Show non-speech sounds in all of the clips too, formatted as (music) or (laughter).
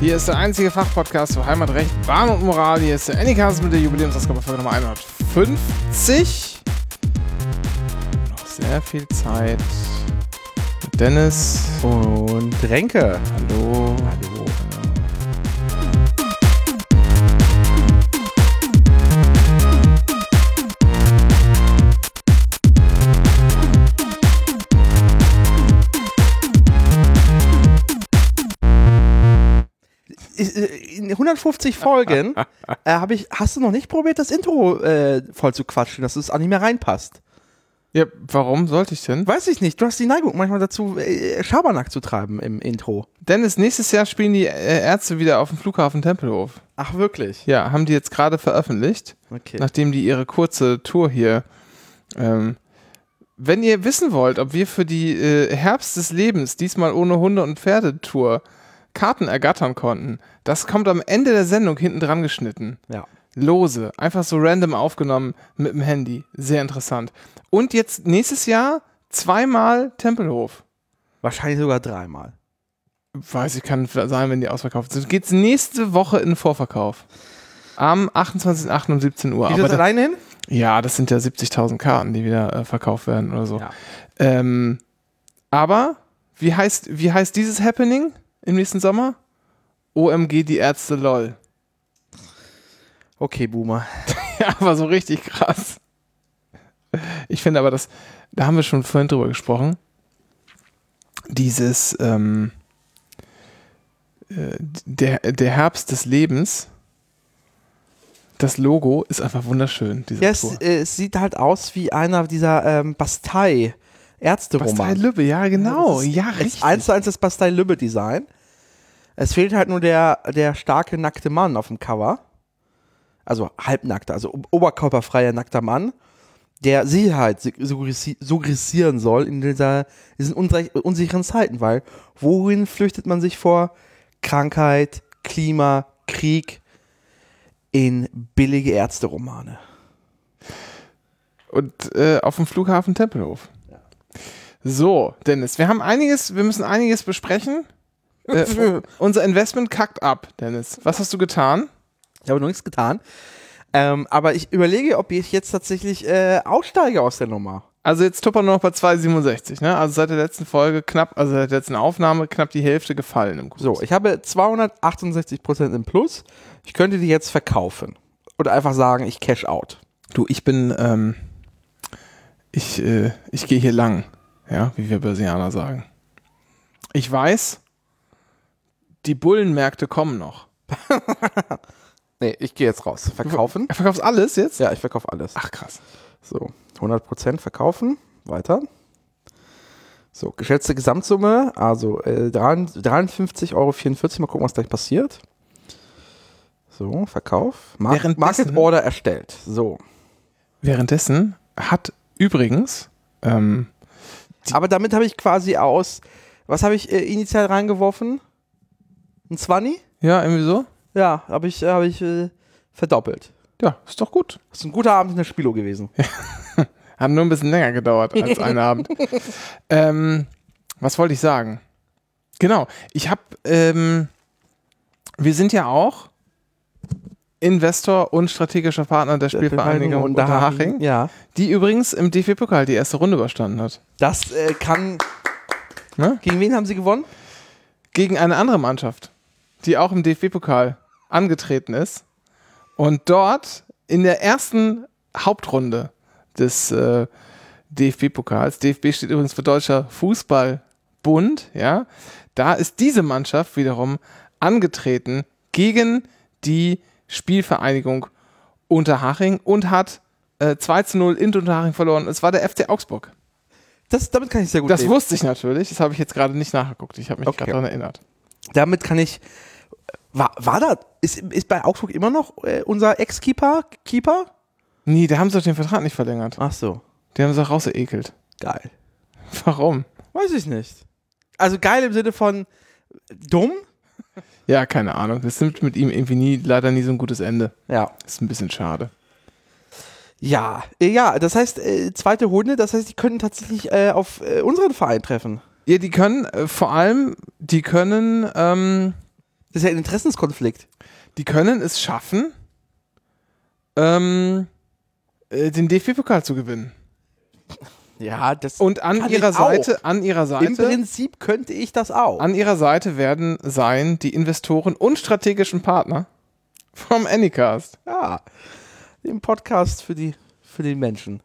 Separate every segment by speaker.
Speaker 1: Hier ist der einzige Fachpodcast für Heimatrecht, Bahn und Moral. Hier ist der Anycast mit der Jubiläumsausgabe Folge Nummer 150. Noch sehr viel Zeit. Mit Dennis.
Speaker 2: Und Renke.
Speaker 1: Hallo.
Speaker 2: Hallo. äh, In 150 Folgen äh, hab ich, hast du noch nicht probiert, das Intro äh, voll zu quatschen, dass es auch nicht mehr reinpasst.
Speaker 1: Ja, warum sollte ich denn?
Speaker 2: Weiß ich nicht, du hast die Neigung manchmal dazu, äh, Schabernack zu treiben im Intro.
Speaker 1: Dennis, nächstes Jahr spielen die äh, Ärzte wieder auf dem Flughafen Tempelhof.
Speaker 2: Ach, wirklich?
Speaker 1: Ja, haben die jetzt gerade veröffentlicht,
Speaker 2: Okay.
Speaker 1: nachdem die ihre kurze Tour hier. Ähm, wenn ihr wissen wollt, ob wir für die äh, Herbst des Lebens diesmal ohne Hunde- und Pferdetour Karten ergattern konnten, das kommt am Ende der Sendung hinten dran geschnitten.
Speaker 2: Ja.
Speaker 1: Lose, einfach so random aufgenommen mit dem Handy. Sehr interessant. Und jetzt nächstes Jahr zweimal Tempelhof.
Speaker 2: Wahrscheinlich sogar dreimal.
Speaker 1: Weiß ich, kann sein, wenn die ausverkauft sind. Geht's nächste Woche in den Vorverkauf. Am 28.08. um 17 Uhr.
Speaker 2: Geht
Speaker 1: Aber
Speaker 2: das
Speaker 1: da,
Speaker 2: alleine hin?
Speaker 1: ja, das sind ja 70.000 Karten, die wieder äh, verkauft werden oder so.
Speaker 2: Ja.
Speaker 1: Ähm, aber wie heißt, wie heißt dieses Happening im nächsten Sommer? OMG, die Ärzte LOL. (laughs)
Speaker 2: Okay, Boomer.
Speaker 1: Ja, aber so richtig krass. Ich finde aber das, da haben wir schon vorhin drüber gesprochen. Dieses, ähm, äh, der, der Herbst des Lebens, das Logo ist einfach wunderschön. Diese
Speaker 2: Ja, es,
Speaker 1: Tour.
Speaker 2: äh, es sieht halt aus wie einer dieser ähm, Bastei-Ärzte-Roman.
Speaker 1: Bastei Lübbe, ja, genau.
Speaker 2: Das ist-
Speaker 1: Ja,
Speaker 2: es
Speaker 1: richtig.
Speaker 2: ist Eins zu eins das Bastei-Lübbe-Design. Es fehlt halt nur der, der starke, nackte Mann auf dem Cover. Also halbnackter, also o- oberkörperfreier, nackter Mann, der Sicherheit sig- suggessi- suggerisieren soll in dieser, diesen unsre- unsicheren Zeiten, weil wohin flüchtet man sich vor? Krankheit, Klima, Krieg in billige Ärzte-Romane.
Speaker 1: Und äh, auf dem Flughafen Tempelhof. So, Dennis, wir haben einiges, wir müssen einiges (laughs) besprechen. Äh, unser Investment kackt ab, Dennis. Was hast du getan?
Speaker 2: Ich habe noch nichts getan. Ähm, aber ich überlege, ob ich jetzt tatsächlich äh, aussteige aus der Nummer.
Speaker 1: Also jetzt tuppern wir noch bei 2,67, ne? Also seit der letzten Folge knapp, also seit der letzten Aufnahme knapp die Hälfte gefallen im Kurs.
Speaker 2: So, ich habe 268% im Plus. Ich könnte die jetzt verkaufen. Oder einfach sagen, ich cash out.
Speaker 1: du, ich bin, ähm, ich, äh, ich gehe hier lang, ja, wie wir Börsianer sagen. Ich weiß, die Bullenmärkte kommen noch.
Speaker 2: Nee, ich gehe jetzt raus. Verkaufen?
Speaker 1: Du verkaufst alles jetzt?
Speaker 2: (laughs) Ja, ich verkaufe alles.
Speaker 1: Ach krass.
Speaker 2: So, 100% verkaufen. Weiter. So, geschätzte Gesamtsumme, also äh, 53,44 Euro. Mal gucken, was gleich passiert. So, Verkauf. Mar
Speaker 1: Währenddessen-
Speaker 2: Market Order erstellt. So.
Speaker 1: Währenddessen hat übrigens, ähm,
Speaker 2: Aber damit habe ich quasi aus, was habe ich äh, initial reingeworfen? Ein 20?
Speaker 1: ja, irgendwie so,
Speaker 2: Ja, habe ich, äh, habe ich äh, verdoppelt.
Speaker 1: ja, ist doch gut.
Speaker 2: Das ist ein guter Abend in der Spilo gewesen.
Speaker 1: Haben nur ein bisschen länger gedauert als ein Abend. Ähm, was wollte ich sagen? Genau, ich habe, ähm, wir sind ja auch Investor und strategischer Partner der Spielvereinigung Unterhaching,
Speaker 2: Ja.
Speaker 1: die übrigens im DFB-Pokal die erste Runde überstanden hat.
Speaker 2: Das äh, kann.
Speaker 1: Ne?
Speaker 2: Gegen wen haben sie gewonnen?
Speaker 1: Gegen eine andere Mannschaft, die auch im DFB-Pokal angetreten ist und dort in der ersten Hauptrunde des äh, DFB-Pokals. DFB steht übrigens für Deutscher Fußballbund, ja. Da ist diese Mannschaft wiederum angetreten gegen die Spielvereinigung Unterhaching und hat äh, 2 zu 0 in Unterhaching verloren. Es war der FC Augsburg.
Speaker 2: Das, damit kann ich sehr gut
Speaker 1: Das
Speaker 2: leben.
Speaker 1: wusste ich natürlich, das habe ich jetzt gerade nicht nachgeguckt. Ich habe mich
Speaker 2: Okay.
Speaker 1: gerade daran erinnert.
Speaker 2: Damit kann ich. War, war da. Ist, ist bei Augsburg immer noch äh, unser Ex-Keeper? Keeper?
Speaker 1: Nee, da haben sie doch den Vertrag nicht verlängert.
Speaker 2: Ach so.
Speaker 1: Die haben sie auch rausgeekelt. (laughs)
Speaker 2: Geil.
Speaker 1: Warum?
Speaker 2: Weiß ich nicht. Also geil im Sinne von dumm?
Speaker 1: Ja, keine Ahnung. Das nimmt mit ihm irgendwie nie, leider nie so ein gutes Ende.
Speaker 2: Ja.
Speaker 1: Ist ein bisschen schade.
Speaker 2: Ja, äh, ja, das heißt, äh, zweite Runde, das heißt, die könnten tatsächlich äh, auf äh, unseren Verein treffen.
Speaker 1: Ja, die können äh, vor allem, die können ähm,
Speaker 2: Das ist ja ein Interessenskonflikt.
Speaker 1: Die können es schaffen, ähm, äh, den DFB-Pokal zu gewinnen.
Speaker 2: Ja, das
Speaker 1: Und an
Speaker 2: Kann ich
Speaker 1: ihrer
Speaker 2: auch.
Speaker 1: Seite, an ihrer
Speaker 2: im
Speaker 1: Seite,
Speaker 2: Prinzip könnte ich das auch.
Speaker 1: an ihrer Seite werden sein die Investoren und strategischen Partner vom Anycast.
Speaker 2: ja. Im Podcast für die für den Menschen.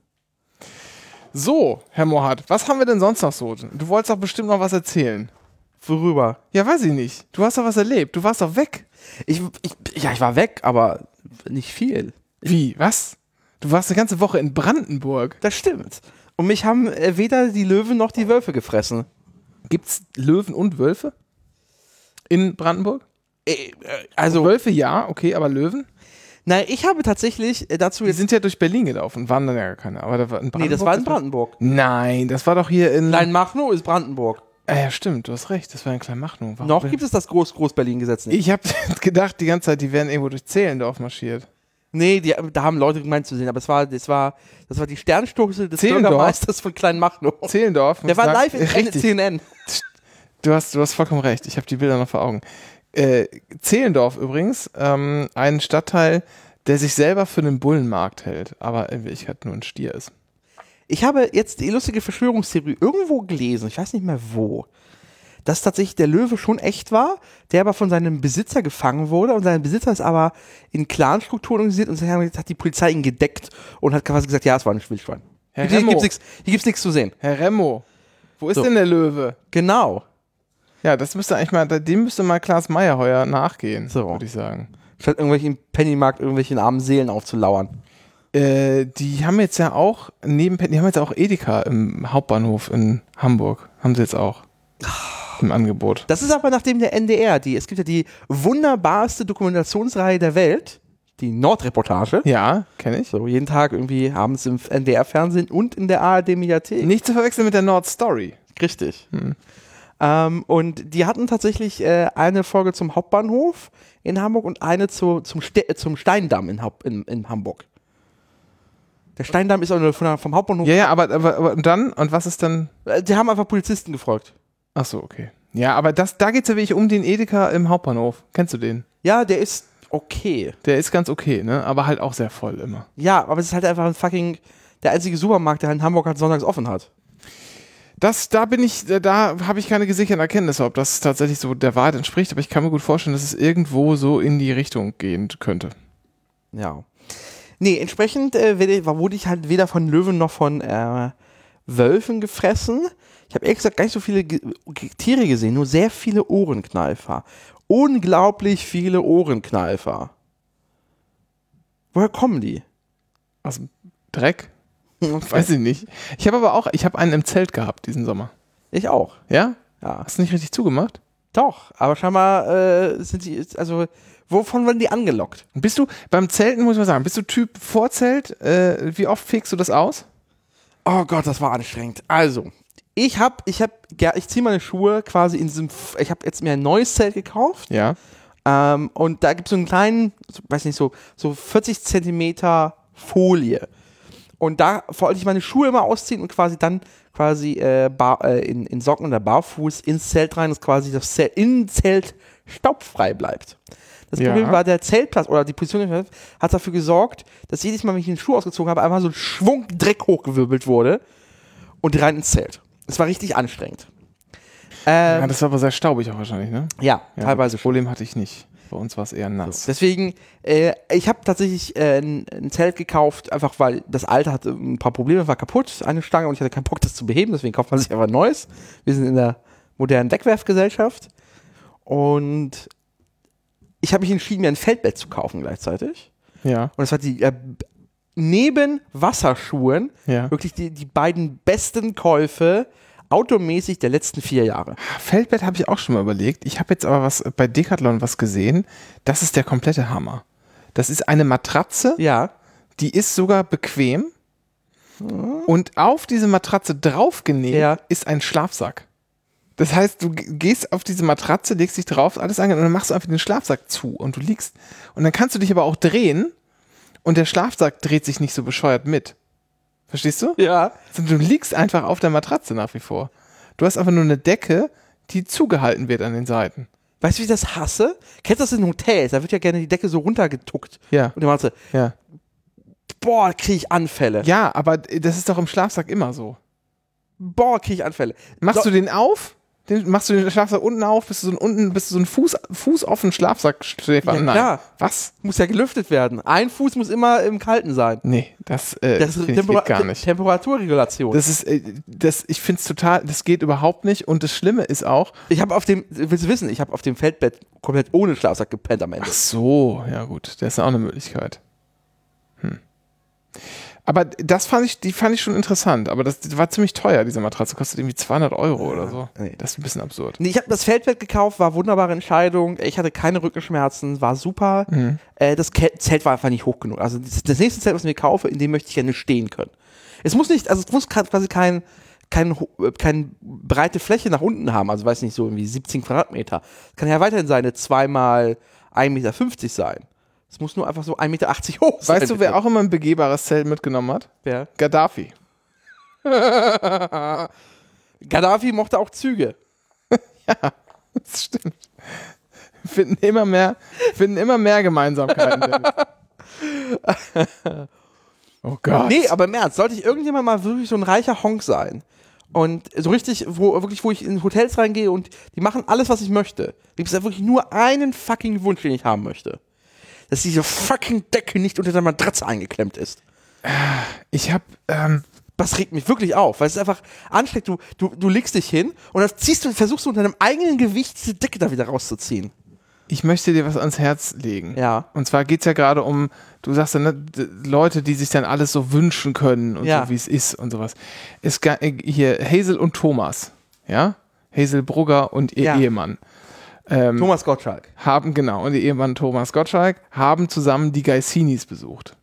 Speaker 1: So, Herr Mohat, was haben wir denn sonst noch so? Du wolltest doch bestimmt noch was erzählen.
Speaker 2: Worüber?
Speaker 1: Ja, weiß ich nicht. Du hast doch was erlebt. Du warst doch weg.
Speaker 2: Ich, ich, ja, ich war weg, aber nicht viel.
Speaker 1: Wie? Was? Du warst eine ganze Woche in Brandenburg.
Speaker 2: Das stimmt. Und mich haben äh, weder die Löwen noch die Wölfe gefressen.
Speaker 1: Gibt's Löwen und Wölfe? In Brandenburg?
Speaker 2: Äh, äh, Also,
Speaker 1: Wölfe ja, okay, aber Löwen?
Speaker 2: nein, ich habe tatsächlich äh, dazu
Speaker 1: Wir
Speaker 2: jetzt.
Speaker 1: sind ja durch Berlin gelaufen, waren dann ja gar keine. Aber da war in Brandenburg.
Speaker 2: Nee, das war in Brandenburg.
Speaker 1: Nein, das war doch hier in.
Speaker 2: Kleinmachnow ist Brandenburg.
Speaker 1: Ah, ja, stimmt, du hast recht, das war in Kleinmachnow. Warum
Speaker 2: Noch
Speaker 1: bin-
Speaker 2: gibt es das Groß-Groß-Berlin-Gesetz nicht.
Speaker 1: Ah, Ich habe (laughs) gedacht die ganze Zeit, die wären irgendwo durch Zehlendorf marschiert.
Speaker 2: Nee, die, da haben Leute gemeint zu sehen, aber es war, das war, das war die Sternstoße des
Speaker 1: Zehlendorf?
Speaker 2: Bürgermeisters von Kleinmachnow.
Speaker 1: Zehlendorf.
Speaker 2: Der war
Speaker 1: muss
Speaker 2: live
Speaker 1: sagen-
Speaker 2: in
Speaker 1: Richtig,
Speaker 2: CNN.
Speaker 1: Du hast, du hast vollkommen recht. Ich habe die Bilder noch vor Augen. Äh, Zehlendorf übrigens, ähm, ein Stadtteil, der sich selber für einen Bullenmarkt hält, aber in Wirklichkeit nur ein Stier ist.
Speaker 2: Ich habe jetzt die lustige Verschwörungstheorie irgendwo gelesen, ich weiß nicht mehr wo, dass tatsächlich der Löwe schon echt war, der aber von seinem Besitzer gefangen wurde und sein Besitzer ist aber in Clanstrukturen organisiert und deswegen hat die Polizei ihn gedeckt und hat quasi gesagt, ja, es war ein Wildschwein.
Speaker 1: Herr
Speaker 2: hier
Speaker 1: Remmo.
Speaker 2: gibt's nichts, hier gibt's nichts zu sehen.
Speaker 1: Herr Remmo, wo ist
Speaker 2: So.
Speaker 1: denn der Löwe?
Speaker 2: Genau.
Speaker 1: Ja, das müsste eigentlich mal, dem müsste mal Klaas Meyerheuer nachgehen,
Speaker 2: So.
Speaker 1: würde ich sagen.
Speaker 2: Statt irgendwelchen Pennymarkt irgendwelchen armen Seelen aufzulauern.
Speaker 1: Äh, die haben jetzt ja auch neben Pet- die haben jetzt auch Edeka im Hauptbahnhof in Hamburg. Haben sie jetzt auch
Speaker 2: Ah.
Speaker 1: im Angebot.
Speaker 2: Das ist aber nachdem der NDR, die, es gibt ja die wunderbarste Dokumentationsreihe der Welt, die Nordreportage.
Speaker 1: Ja, kenne ich.
Speaker 2: So, jeden Tag irgendwie abends im NDR-Fernsehen und in der ARD-Mediathek.
Speaker 1: Nicht zu verwechseln mit der Nord Story.
Speaker 2: Richtig. Hm. Ähm, und die hatten tatsächlich äh, eine Folge zum Hauptbahnhof in Hamburg und eine zu, zum, Ste äh, zum Steindamm in, Haupt in, in Hamburg. Der Steindamm ist auch nur von der- vom Hauptbahnhof.
Speaker 1: Ja, ja, aber, aber, aber und dann, und was ist dann?
Speaker 2: Äh, Die haben einfach Polizisten gefragt.
Speaker 1: Ach so, okay. Ja, aber das, da geht's ja wirklich um den Edeka im Hauptbahnhof. Kennst du den?
Speaker 2: Ja, der ist okay.
Speaker 1: Der ist ganz okay, ne? Aber halt auch sehr voll immer.
Speaker 2: Ja, aber es ist halt einfach ein fucking. Der einzige Supermarkt, der in Hamburg halt sonntags offen hat.
Speaker 1: Das, da bin ich, äh, da habe ich keine gesicherten Erkenntnisse, ob das tatsächlich so der Wahrheit entspricht, aber ich kann mir gut vorstellen, dass es irgendwo so in die Richtung gehen könnte.
Speaker 2: Ja. Nee, entsprechend äh, werde ich- wurde ich halt weder von Löwen noch von äh, Wölfen gefressen. Ich habe ehrlich gesagt gar nicht so viele Ge Ge Tiere gesehen, nur sehr viele Ohrenkneifer. Unglaublich viele Ohrenkneifer. Woher kommen (laughs) die?
Speaker 1: Aus dem Dreck? Weiß ich nicht. Ich habe aber auch, ich habe einen im Zelt gehabt diesen Sommer.
Speaker 2: Ich auch.
Speaker 1: Ja?
Speaker 2: Ja.
Speaker 1: Hast du nicht richtig zugemacht?
Speaker 2: Doch, aber scheinbar äh, sind die, also, wovon werden die angelockt?
Speaker 1: Bist du, beim Zelten muss man sagen, bist du Typ Vorzelt? Äh, wie oft fegst du das aus?
Speaker 2: Oh Gott, das war anstrengend. Also, ich hab, ich hab, ja, ich ziehe meine Schuhe quasi in diesem, F- ich habe jetzt mir ein neues Zelt gekauft.
Speaker 1: Ja.
Speaker 2: Ähm, und da gibt es so einen kleinen, so, weiß nicht, so, so 40 Zentimeter Folie. Und da wollte ich meine Schuhe immer ausziehen und quasi dann quasi äh, bar, äh, in, in Socken oder barfuß ins Zelt rein, dass quasi das Zelt, Innenzelt staubfrei bleibt. Das
Speaker 1: Ja.
Speaker 2: Problem war, der Zeltplatz oder die Position hat dafür gesorgt, dass jedes Mal, wenn ich den Schuh ausgezogen habe, einfach so ein Schwung Dreck hochgewirbelt wurde und rein ins Zelt. Es war richtig anstrengend. Ähm,
Speaker 1: ja. Das war aber sehr staubig auch wahrscheinlich, ne?
Speaker 2: ja,
Speaker 1: Ja,
Speaker 2: teilweise
Speaker 1: Das Problem hatte ich nicht. Bei uns war es eher nass.
Speaker 2: Deswegen, äh, ich habe tatsächlich äh, ein, ein Zelt gekauft, einfach weil das alte hatte ein paar Probleme, war kaputt, eine Stange und ich hatte keinen Bock, das zu beheben, deswegen kauft man sich einfach ein neues. Wir sind in der modernen Wegwerfgesellschaft und ich habe mich entschieden, mir ein Feldbett zu kaufen gleichzeitig.
Speaker 1: Ja,
Speaker 2: Und es hat die äh, b- neben Wasserschuhen
Speaker 1: ja.
Speaker 2: wirklich die, die beiden besten Käufe automäßig der letzten vier Jahre.
Speaker 1: Ah, Feldbett habe ich auch schon mal überlegt. Ich habe jetzt aber was äh, bei Decathlon was gesehen. Das ist der komplette Hammer. Das ist eine Matratze,
Speaker 2: Ja.
Speaker 1: die ist sogar bequem. Und auf diese Matratze draufgenäht
Speaker 2: Ja.
Speaker 1: ist ein Schlafsack. Das heißt, du ge- gehst auf diese Matratze, legst dich drauf, alles angenehm, und dann machst du einfach den Schlafsack zu und du liegst. Und dann kannst du dich aber auch drehen und der Schlafsack dreht sich nicht so bescheuert mit. Verstehst du?
Speaker 2: Ja.
Speaker 1: sondern du liegst einfach auf der Matratze nach wie vor. Du hast einfach nur eine Decke, die zugehalten wird an den Seiten.
Speaker 2: Weißt du, wie ich das hasse? Kennst du das in Hotels? Da wird ja gerne die Decke so runtergetuckt.
Speaker 1: Ja,
Speaker 2: Und dann machst du,
Speaker 1: ja.
Speaker 2: boah, kriege ich Anfälle.
Speaker 1: Ja, aber das ist doch im Schlafsack immer so.
Speaker 2: Boah, kriege ich Anfälle.
Speaker 1: Machst
Speaker 2: So-
Speaker 1: du den auf? Den, machst du den Schlafsack unten auf? Bist du so ein, unten, bist du so ein Fuß, Fuß auf den Schlafsack, Stefan?
Speaker 2: Ja,
Speaker 1: Nein.
Speaker 2: klar.
Speaker 1: Was?
Speaker 2: Muss ja gelüftet werden. Ein Fuß muss immer im Kalten sein.
Speaker 1: Nee, das, äh,
Speaker 2: Das
Speaker 1: das
Speaker 2: ist
Speaker 1: geht
Speaker 2: Tempora-
Speaker 1: gar
Speaker 2: Te-
Speaker 1: nicht.
Speaker 2: Temperaturregulation.
Speaker 1: Das ist, äh, das, ich finde es total, das geht überhaupt nicht. Und das Schlimme ist auch,
Speaker 2: ich habe auf dem, willst du wissen, ich habe auf dem Feldbett komplett ohne Schlafsack gepennt am Ende.
Speaker 1: ach so, ja gut, das ist auch eine Möglichkeit. Hm. Aber das fand ich, die fand ich schon interessant. Aber das, war ziemlich teuer, diese Matratze. Kostet irgendwie 200 Euro oder so.
Speaker 2: nee.
Speaker 1: Das ist ein bisschen absurd.
Speaker 2: Nee, ich habe das Feldbett gekauft, war wunderbare Entscheidung. Ich hatte keine Rückenschmerzen, war super.
Speaker 1: Mhm.
Speaker 2: Äh, das Ke Zelt war einfach nicht hoch genug. Also das, das nächste Zelt, was ich mir kaufe, in dem möchte ich gerne stehen können. Es muss nicht, also es muss ka- quasi kein, kein, ho- äh, kein breite Fläche nach unten haben. Also weiß nicht, so irgendwie 17 Quadratmeter. Es kann ja weiterhin seine 2 mal 1,50 Meter sein. Es muss nur einfach so 1,80 Meter hoch sein.
Speaker 1: Weißt du, wer auch immer ein begehbares Zelt mitgenommen hat?
Speaker 2: Wer?
Speaker 1: Gaddafi.
Speaker 2: Gaddafi mochte auch Züge.
Speaker 1: Das stimmt. Wir finden immer mehr, finden immer mehr Gemeinsamkeiten.
Speaker 2: (laughs)
Speaker 1: Dennis. oh Gott.
Speaker 2: Nee, aber im Ernst, sollte ich irgendjemand mal wirklich so ein reicher Honk sein und so richtig, wo, wirklich, wo ich in Hotels reingehe und die machen alles, was ich möchte. Gibt es da wirklich nur einen fucking Wunsch, den ich haben möchte? Dass diese fucking Decke nicht unter der Matratze eingeklemmt ist.
Speaker 1: Ich hab, ähm,
Speaker 2: Das regt mich wirklich auf, weil es ist einfach anstrengend. Du, du, du legst dich hin und dann ziehst du, versuchst du unter deinem eigenen Gewicht diese Decke da wieder rauszuziehen.
Speaker 1: ich möchte dir was ans Herz legen.
Speaker 2: Ja.
Speaker 1: Und zwar geht es ja gerade um, du sagst ja, ne, d- Leute, die sich dann alles so wünschen können und
Speaker 2: Ja.
Speaker 1: so, wie es ist und sowas. Es ga- äh, hier Hazel und Thomas, ja? Hazel Brugger und ihr
Speaker 2: Ja.
Speaker 1: Ehemann
Speaker 2: Thomas Gottschalk.
Speaker 1: haben, genau, und ihr Ehemann Thomas Gottschalk haben zusammen die Gaisinis besucht.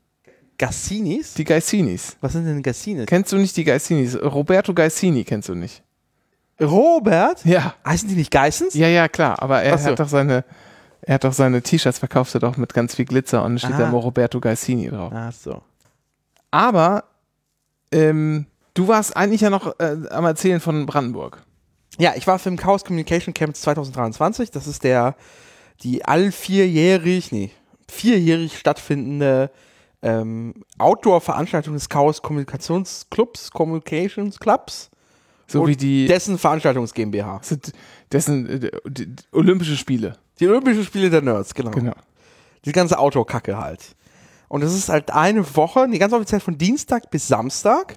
Speaker 2: Gassinis?
Speaker 1: Die Gaisinis.
Speaker 2: Was sind denn Gassinis?
Speaker 1: Kennst du nicht die Gaisinis? Roberto Gaisini kennst du nicht.
Speaker 2: Robert?
Speaker 1: Ja.
Speaker 2: Heißen die nicht Geissens?
Speaker 1: Ja, ja, klar, aber er
Speaker 2: Ach so.
Speaker 1: hat doch seine, er hat doch seine T-Shirts, verkauft er doch mit ganz viel Glitzer und steht da
Speaker 2: Ah.
Speaker 1: immer Roberto Gaisini drauf.
Speaker 2: Ach so.
Speaker 1: Aber ähm, du warst eigentlich ja noch äh, am Erzählen von Brandenburg.
Speaker 2: Ja, ich war für den Chaos Communication Camp 2023. Das ist der, die all vierjährig, nee, vierjährig stattfindende ähm, Outdoor-Veranstaltung des Chaos Kommunikationsclubs, Communications Clubs,
Speaker 1: So
Speaker 2: Und
Speaker 1: wie die
Speaker 2: dessen Veranstaltungs GmbH.
Speaker 1: sind- dessen äh, die, die Olympische Spiele.
Speaker 2: Die Olympischen Spiele der Nerds, genau. Die ganze Outdoor-Kacke halt. Und das ist halt eine Woche, die ganz offiziell von Dienstag bis Samstag.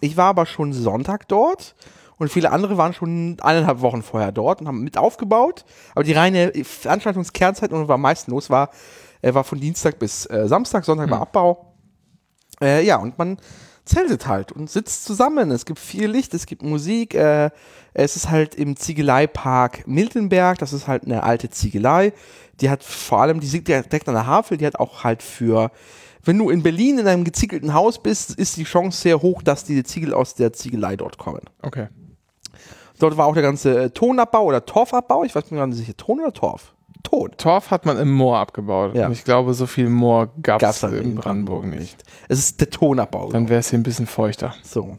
Speaker 2: Ich war aber schon Sonntag dort und viele andere waren schon eineinhalb Wochen vorher dort und haben mit aufgebaut. Aber die reine Veranstaltungskernzeit und war am meisten los war, äh, war von Dienstag bis äh, Samstag, Sonntag war Abbau. Äh, ja, und man zeltet halt und sitzt zusammen. Es gibt viel Licht, es gibt Musik. Äh, es ist halt im Ziegeleipark Miltenberg. Das ist halt eine alte Ziegelei. Die hat vor allem, die liegt direkt an der Havel, die hat auch halt für, wenn du in Berlin in einem geziegelten Haus bist, ist die Chance sehr hoch, dass die Ziegel aus der Ziegelei dort kommen.
Speaker 1: Okay.
Speaker 2: Dort war auch der ganze äh, Tonabbau oder Torfabbau. Ich weiß mir gar nicht sicher, Ton oder Torf? Ton.
Speaker 1: Torf hat man im Moor abgebaut.
Speaker 2: Ja.
Speaker 1: Und ich glaube, so viel Moor gab
Speaker 2: Gab's
Speaker 1: es
Speaker 2: halt in
Speaker 1: in Brandenburg nicht.
Speaker 2: Es ist der Tonabbau.
Speaker 1: Dann wäre es hier ein bisschen feuchter.
Speaker 2: So.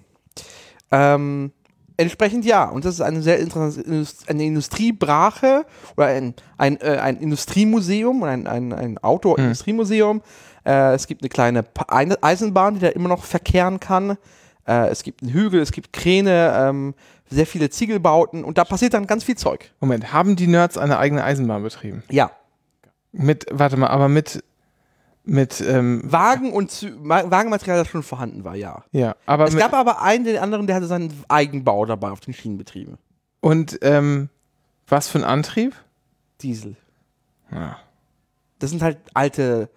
Speaker 2: Ähm, entsprechend ja. Und das ist eine sehr interessante Indust- eine Industriebrache oder ein, ein, äh, ein Industriemuseum und ein, ein, ein Outdoor-Industriemuseum. Äh, es gibt eine kleine Pa- Ein- Eisenbahn, die da immer noch verkehren kann. Äh, es gibt einen Hügel, es gibt Kräne, ähm, sehr viele Ziegelbauten und da passiert dann ganz viel Zeug.
Speaker 1: Moment, haben die Nerds eine eigene Eisenbahn betrieben?
Speaker 2: Ja.
Speaker 1: Mit, warte mal, aber mit, mit, ähm,
Speaker 2: Wagen und Zü Ma- Wagenmaterial, das schon vorhanden war, ja.
Speaker 1: ja, aber
Speaker 2: Es
Speaker 1: mit,
Speaker 2: gab aber einen, den anderen, der hatte seinen Eigenbau dabei auf den Schienenbetrieben.
Speaker 1: und ähm, was für ein Antrieb?
Speaker 2: Diesel.
Speaker 1: Ja.
Speaker 2: das sind halt alte,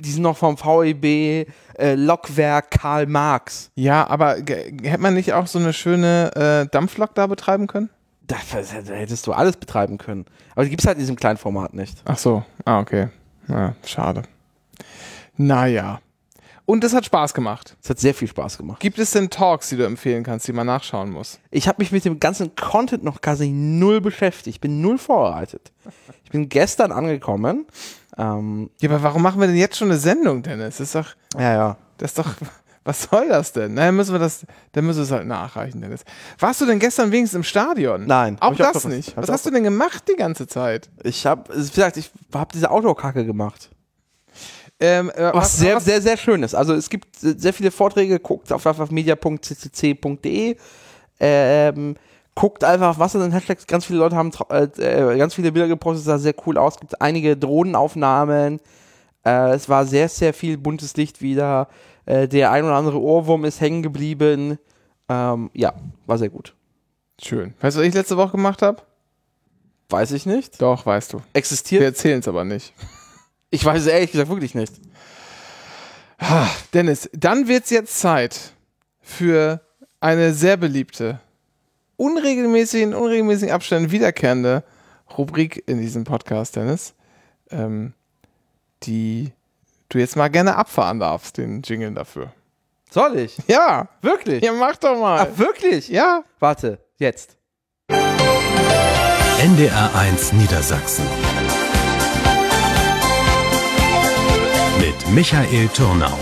Speaker 2: die sind noch vom VEB, äh, Lockwerk, Karl Marx.
Speaker 1: Ja, aber ge- hätte man nicht auch so eine schöne äh, Dampflok da betreiben können?
Speaker 2: Da, da hättest du alles betreiben können. Aber die gibt es halt in diesem kleinen Format nicht.
Speaker 1: Ach so, ah, okay. Na, schade. Naja. Und es hat Spaß gemacht.
Speaker 2: Es hat sehr viel Spaß gemacht.
Speaker 1: Gibt es denn Talks, die du empfehlen kannst, die man nachschauen muss?
Speaker 2: Ich habe mich mit dem ganzen Content noch quasi null beschäftigt. Ich bin null vorbereitet. Ich bin gestern angekommen. Ähm,
Speaker 1: Ja, aber warum machen wir denn jetzt schon eine Sendung, Dennis? Das ist doch,
Speaker 2: ja, ja.
Speaker 1: das ist doch, (laughs) Was soll das denn? Na, dann müssen wir das, dann müssen wir es halt nachreichen, Dennis. Warst du denn gestern wenigstens im Stadion?
Speaker 2: Nein, hab
Speaker 1: Auch
Speaker 2: ich auch
Speaker 1: das
Speaker 2: verpasst.
Speaker 1: nicht.
Speaker 2: Hab
Speaker 1: Was
Speaker 2: ich
Speaker 1: hast du denn gemacht die ganze Zeit?
Speaker 2: Ich habe, wie gesagt, ich habe diese Outdoor-Kacke gemacht.
Speaker 1: Ähm, äh,
Speaker 2: Was, sehr, sehr, sehr schön ist. Also es gibt äh, sehr viele Vorträge, guckt auf www.media.ccc.de. Ähm, guckt einfach, was da sind Hashtags. Ganz viele Leute haben tra- äh, äh, ganz viele Bilder gepostet, sah sehr cool aus. Gibt einige Drohnenaufnahmen. Äh, es war sehr, sehr viel buntes Licht wieder. Äh, der ein oder andere Ohrwurm ist hängen geblieben. Ähm, ja, war sehr gut.
Speaker 1: Schön. Weißt du, was ich letzte Woche gemacht habe?
Speaker 2: Weiß ich nicht.
Speaker 1: Doch, weißt du. Wir
Speaker 2: Existiert?
Speaker 1: erzählen es aber nicht.
Speaker 2: Ich weiß es ehrlich gesagt wirklich nicht.
Speaker 1: Dennis, dann wird's jetzt Zeit für eine sehr beliebte, unregelmäßig in unregelmäßigen Abständen wiederkehrende Rubrik in diesem Podcast, Dennis, ähm, die du jetzt mal gerne abfahren darfst, den Jingle dafür.
Speaker 2: Soll ich?
Speaker 1: Ja,
Speaker 2: Wirklich?
Speaker 1: ja, mach doch
Speaker 2: Ah,
Speaker 1: mal.
Speaker 2: wirklich?
Speaker 1: Ja,
Speaker 2: Warte, jetzt.
Speaker 3: NDR1 Niedersachsen. Mit Michael Turnau.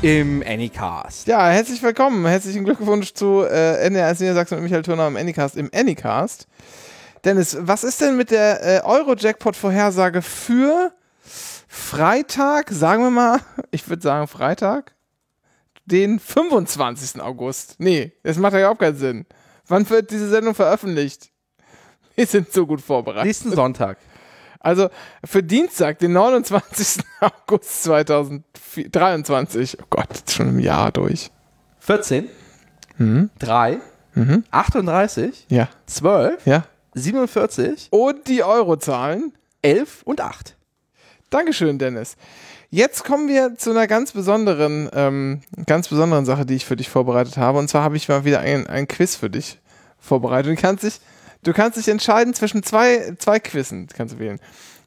Speaker 2: Im Anycast.
Speaker 1: ja, herzlich willkommen. Herzlichen Glückwunsch zu äh, NDR1 Niedersachsen und Michael Turner im Anycast. Im Anycast. Dennis, was ist denn mit der äh, Euro-Jackpot-Vorhersage für Freitag, sagen wir mal, (laughs) ich würde sagen Freitag, den 25. August? Nee, das macht ja überhaupt keinen Sinn. Wann wird diese Sendung veröffentlicht? (laughs) Wir sind so gut vorbereitet.
Speaker 2: Nächsten Sonntag.
Speaker 1: Also für Dienstag, den 29. (laughs) August 2023. Oh Gott, ist schon im Jahr durch.
Speaker 2: 14, Mhm. 3, Mhm. 38,
Speaker 1: Ja,
Speaker 2: 12,
Speaker 1: ja.
Speaker 2: 47,
Speaker 1: Und die Eurozahlen.
Speaker 2: 11 und 8.
Speaker 1: Dankeschön, Dennis. Jetzt kommen wir zu einer ganz besonderen, ähm, ganz besonderen Sache, die ich für dich vorbereitet habe. Und zwar habe ich mal wieder ein, ein Quiz für dich vorbereitet. Du kannst dich, du kannst dich entscheiden zwischen zwei, zwei Quizzen, kannst du wählen.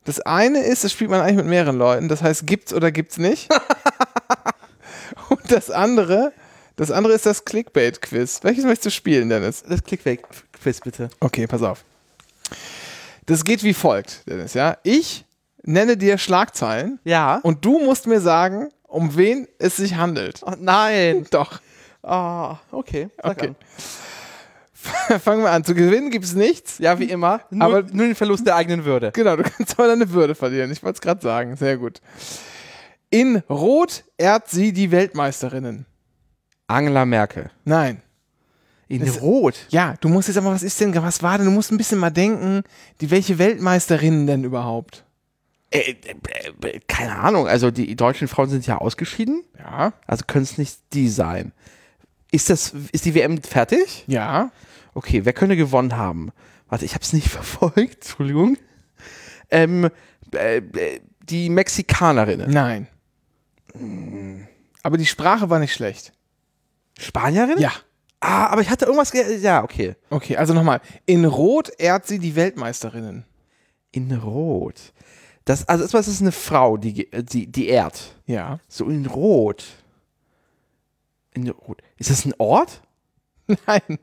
Speaker 1: Das eine ist, das spielt man eigentlich mit mehreren Leuten. Das heißt, gibt's oder gibt's nicht. Und das andere, das andere ist das Clickbait-Quiz. Welches möchtest du spielen, Dennis?
Speaker 2: Das Clickbait-Quiz bitte.
Speaker 1: Okay, pass auf. Das geht wie folgt, Dennis, ja. Ich nenne dir Schlagzeilen
Speaker 2: Ja.
Speaker 1: und du musst mir sagen, um wen es sich handelt.
Speaker 2: oh, nein.
Speaker 1: Doch.
Speaker 2: (laughs)
Speaker 1: (laughs)
Speaker 2: Ah, okay. Sag
Speaker 1: Okay.
Speaker 2: an.
Speaker 1: Fangen wir an. Zu gewinnen gibt es nichts.
Speaker 2: Ja, wie immer. Nur,
Speaker 1: Aber-
Speaker 2: nur den Verlust der eigenen Würde.
Speaker 1: Genau, du (laughs) kannst aber deine Würde verlieren. Ich wollte es gerade sagen. Sehr gut. In Rot ehrt sie die Weltmeisterinnen.
Speaker 2: Angela Merkel.
Speaker 1: Nein.
Speaker 2: In Rot.
Speaker 1: Ja, du musst jetzt aber, was ist denn, was war denn? Du musst ein bisschen mal denken, die welche Weltmeisterinnen denn überhaupt?
Speaker 2: Äh, äh, äh, keine Ahnung. Also die deutschen Frauen sind ja ausgeschieden.
Speaker 1: Ja.
Speaker 2: Also können es nicht die sein. Ist, das, ist die WM fertig?
Speaker 1: Ja.
Speaker 2: Okay, wer könnte gewonnen haben? Warte, ich habe es nicht (laughs) verfolgt. Entschuldigung. Ähm, äh, äh, die Mexikanerinnen.
Speaker 1: Nein. Aber die Sprache war nicht schlecht.
Speaker 2: Spanierinnen?
Speaker 1: Ja.
Speaker 2: Ah, aber ich hatte irgendwas. Ge ja, okay.
Speaker 1: Okay, also nochmal. In Rot ehrt sie die Weltmeisterinnen.
Speaker 2: In Rot. Das, also, erstmal ist es eine Frau, die, ge- äh, die, die ehrt.
Speaker 1: Ja. (laughs)
Speaker 2: So in Rot. In Rot. Ist das ein Ort?
Speaker 1: Nein.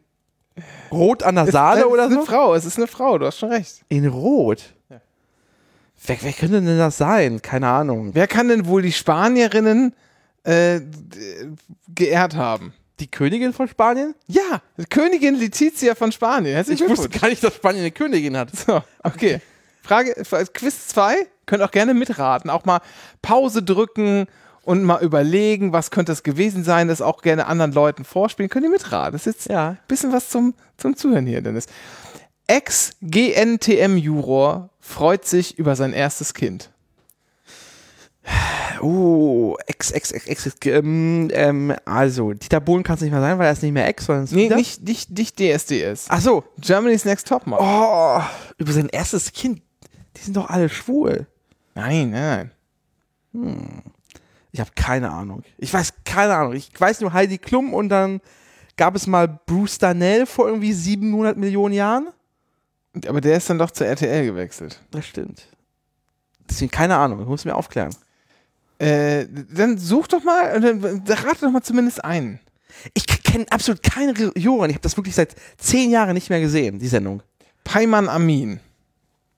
Speaker 2: Rot an der
Speaker 1: es
Speaker 2: Saale
Speaker 1: ist
Speaker 2: oder
Speaker 1: eine
Speaker 2: so?
Speaker 1: Frau, es ist eine Frau, du hast schon recht.
Speaker 2: In Rot. Wer, wer könnte denn das sein? Keine Ahnung.
Speaker 1: Wer kann denn wohl die Spanierinnen äh, d- geehrt haben?
Speaker 2: Die Königin von Spanien?
Speaker 1: Ja, Königin Letizia von Spanien. Herzlichen
Speaker 2: Ich wusste
Speaker 1: Glückwunsch.
Speaker 2: gar nicht, dass Spanien eine Königin hat.
Speaker 1: So, okay. Frage, Quiz 2, könnt auch gerne mitraten. Auch mal Pause drücken und mal überlegen, was könnte es gewesen sein, das auch gerne anderen Leuten vorspielen. Könnt ihr mitraten. Das ist jetzt
Speaker 2: Ja.
Speaker 1: bisschen was zum, zum Zuhören hier, Dennis. Ex-GNTM-Juror freut sich über sein erstes Kind.
Speaker 2: Oh, ex, ex, ex, ex, ex ähm, ähm, also, Dieter Bohlen kann es nicht mehr sein, weil er ist nicht mehr ex, sondern ist
Speaker 1: Nee,
Speaker 2: wieder.
Speaker 1: nicht, nicht, nicht DSDS.
Speaker 2: Ach so,
Speaker 1: Germany's Next Topmodel.
Speaker 2: oh, über sein erstes Kind. Die sind doch alle schwul.
Speaker 1: Nein, nein,
Speaker 2: Ich habe keine Ahnung. Ich weiß keine Ahnung. Ich weiß nur Heidi Klum und dann gab es mal Bruce Darnell vor irgendwie 700 Millionen Jahren.
Speaker 1: nein. Aber der ist dann doch zur RTL gewechselt.
Speaker 2: Das stimmt. Deswegen keine Ahnung. Du musst mir aufklären.
Speaker 1: Äh, dann such doch mal, und dann rate doch mal zumindest einen.
Speaker 2: Ich kenne absolut keine Re- Juren. Ich habe das wirklich seit zehn Jahren nicht mehr gesehen, die Sendung.
Speaker 1: Peiman Amin.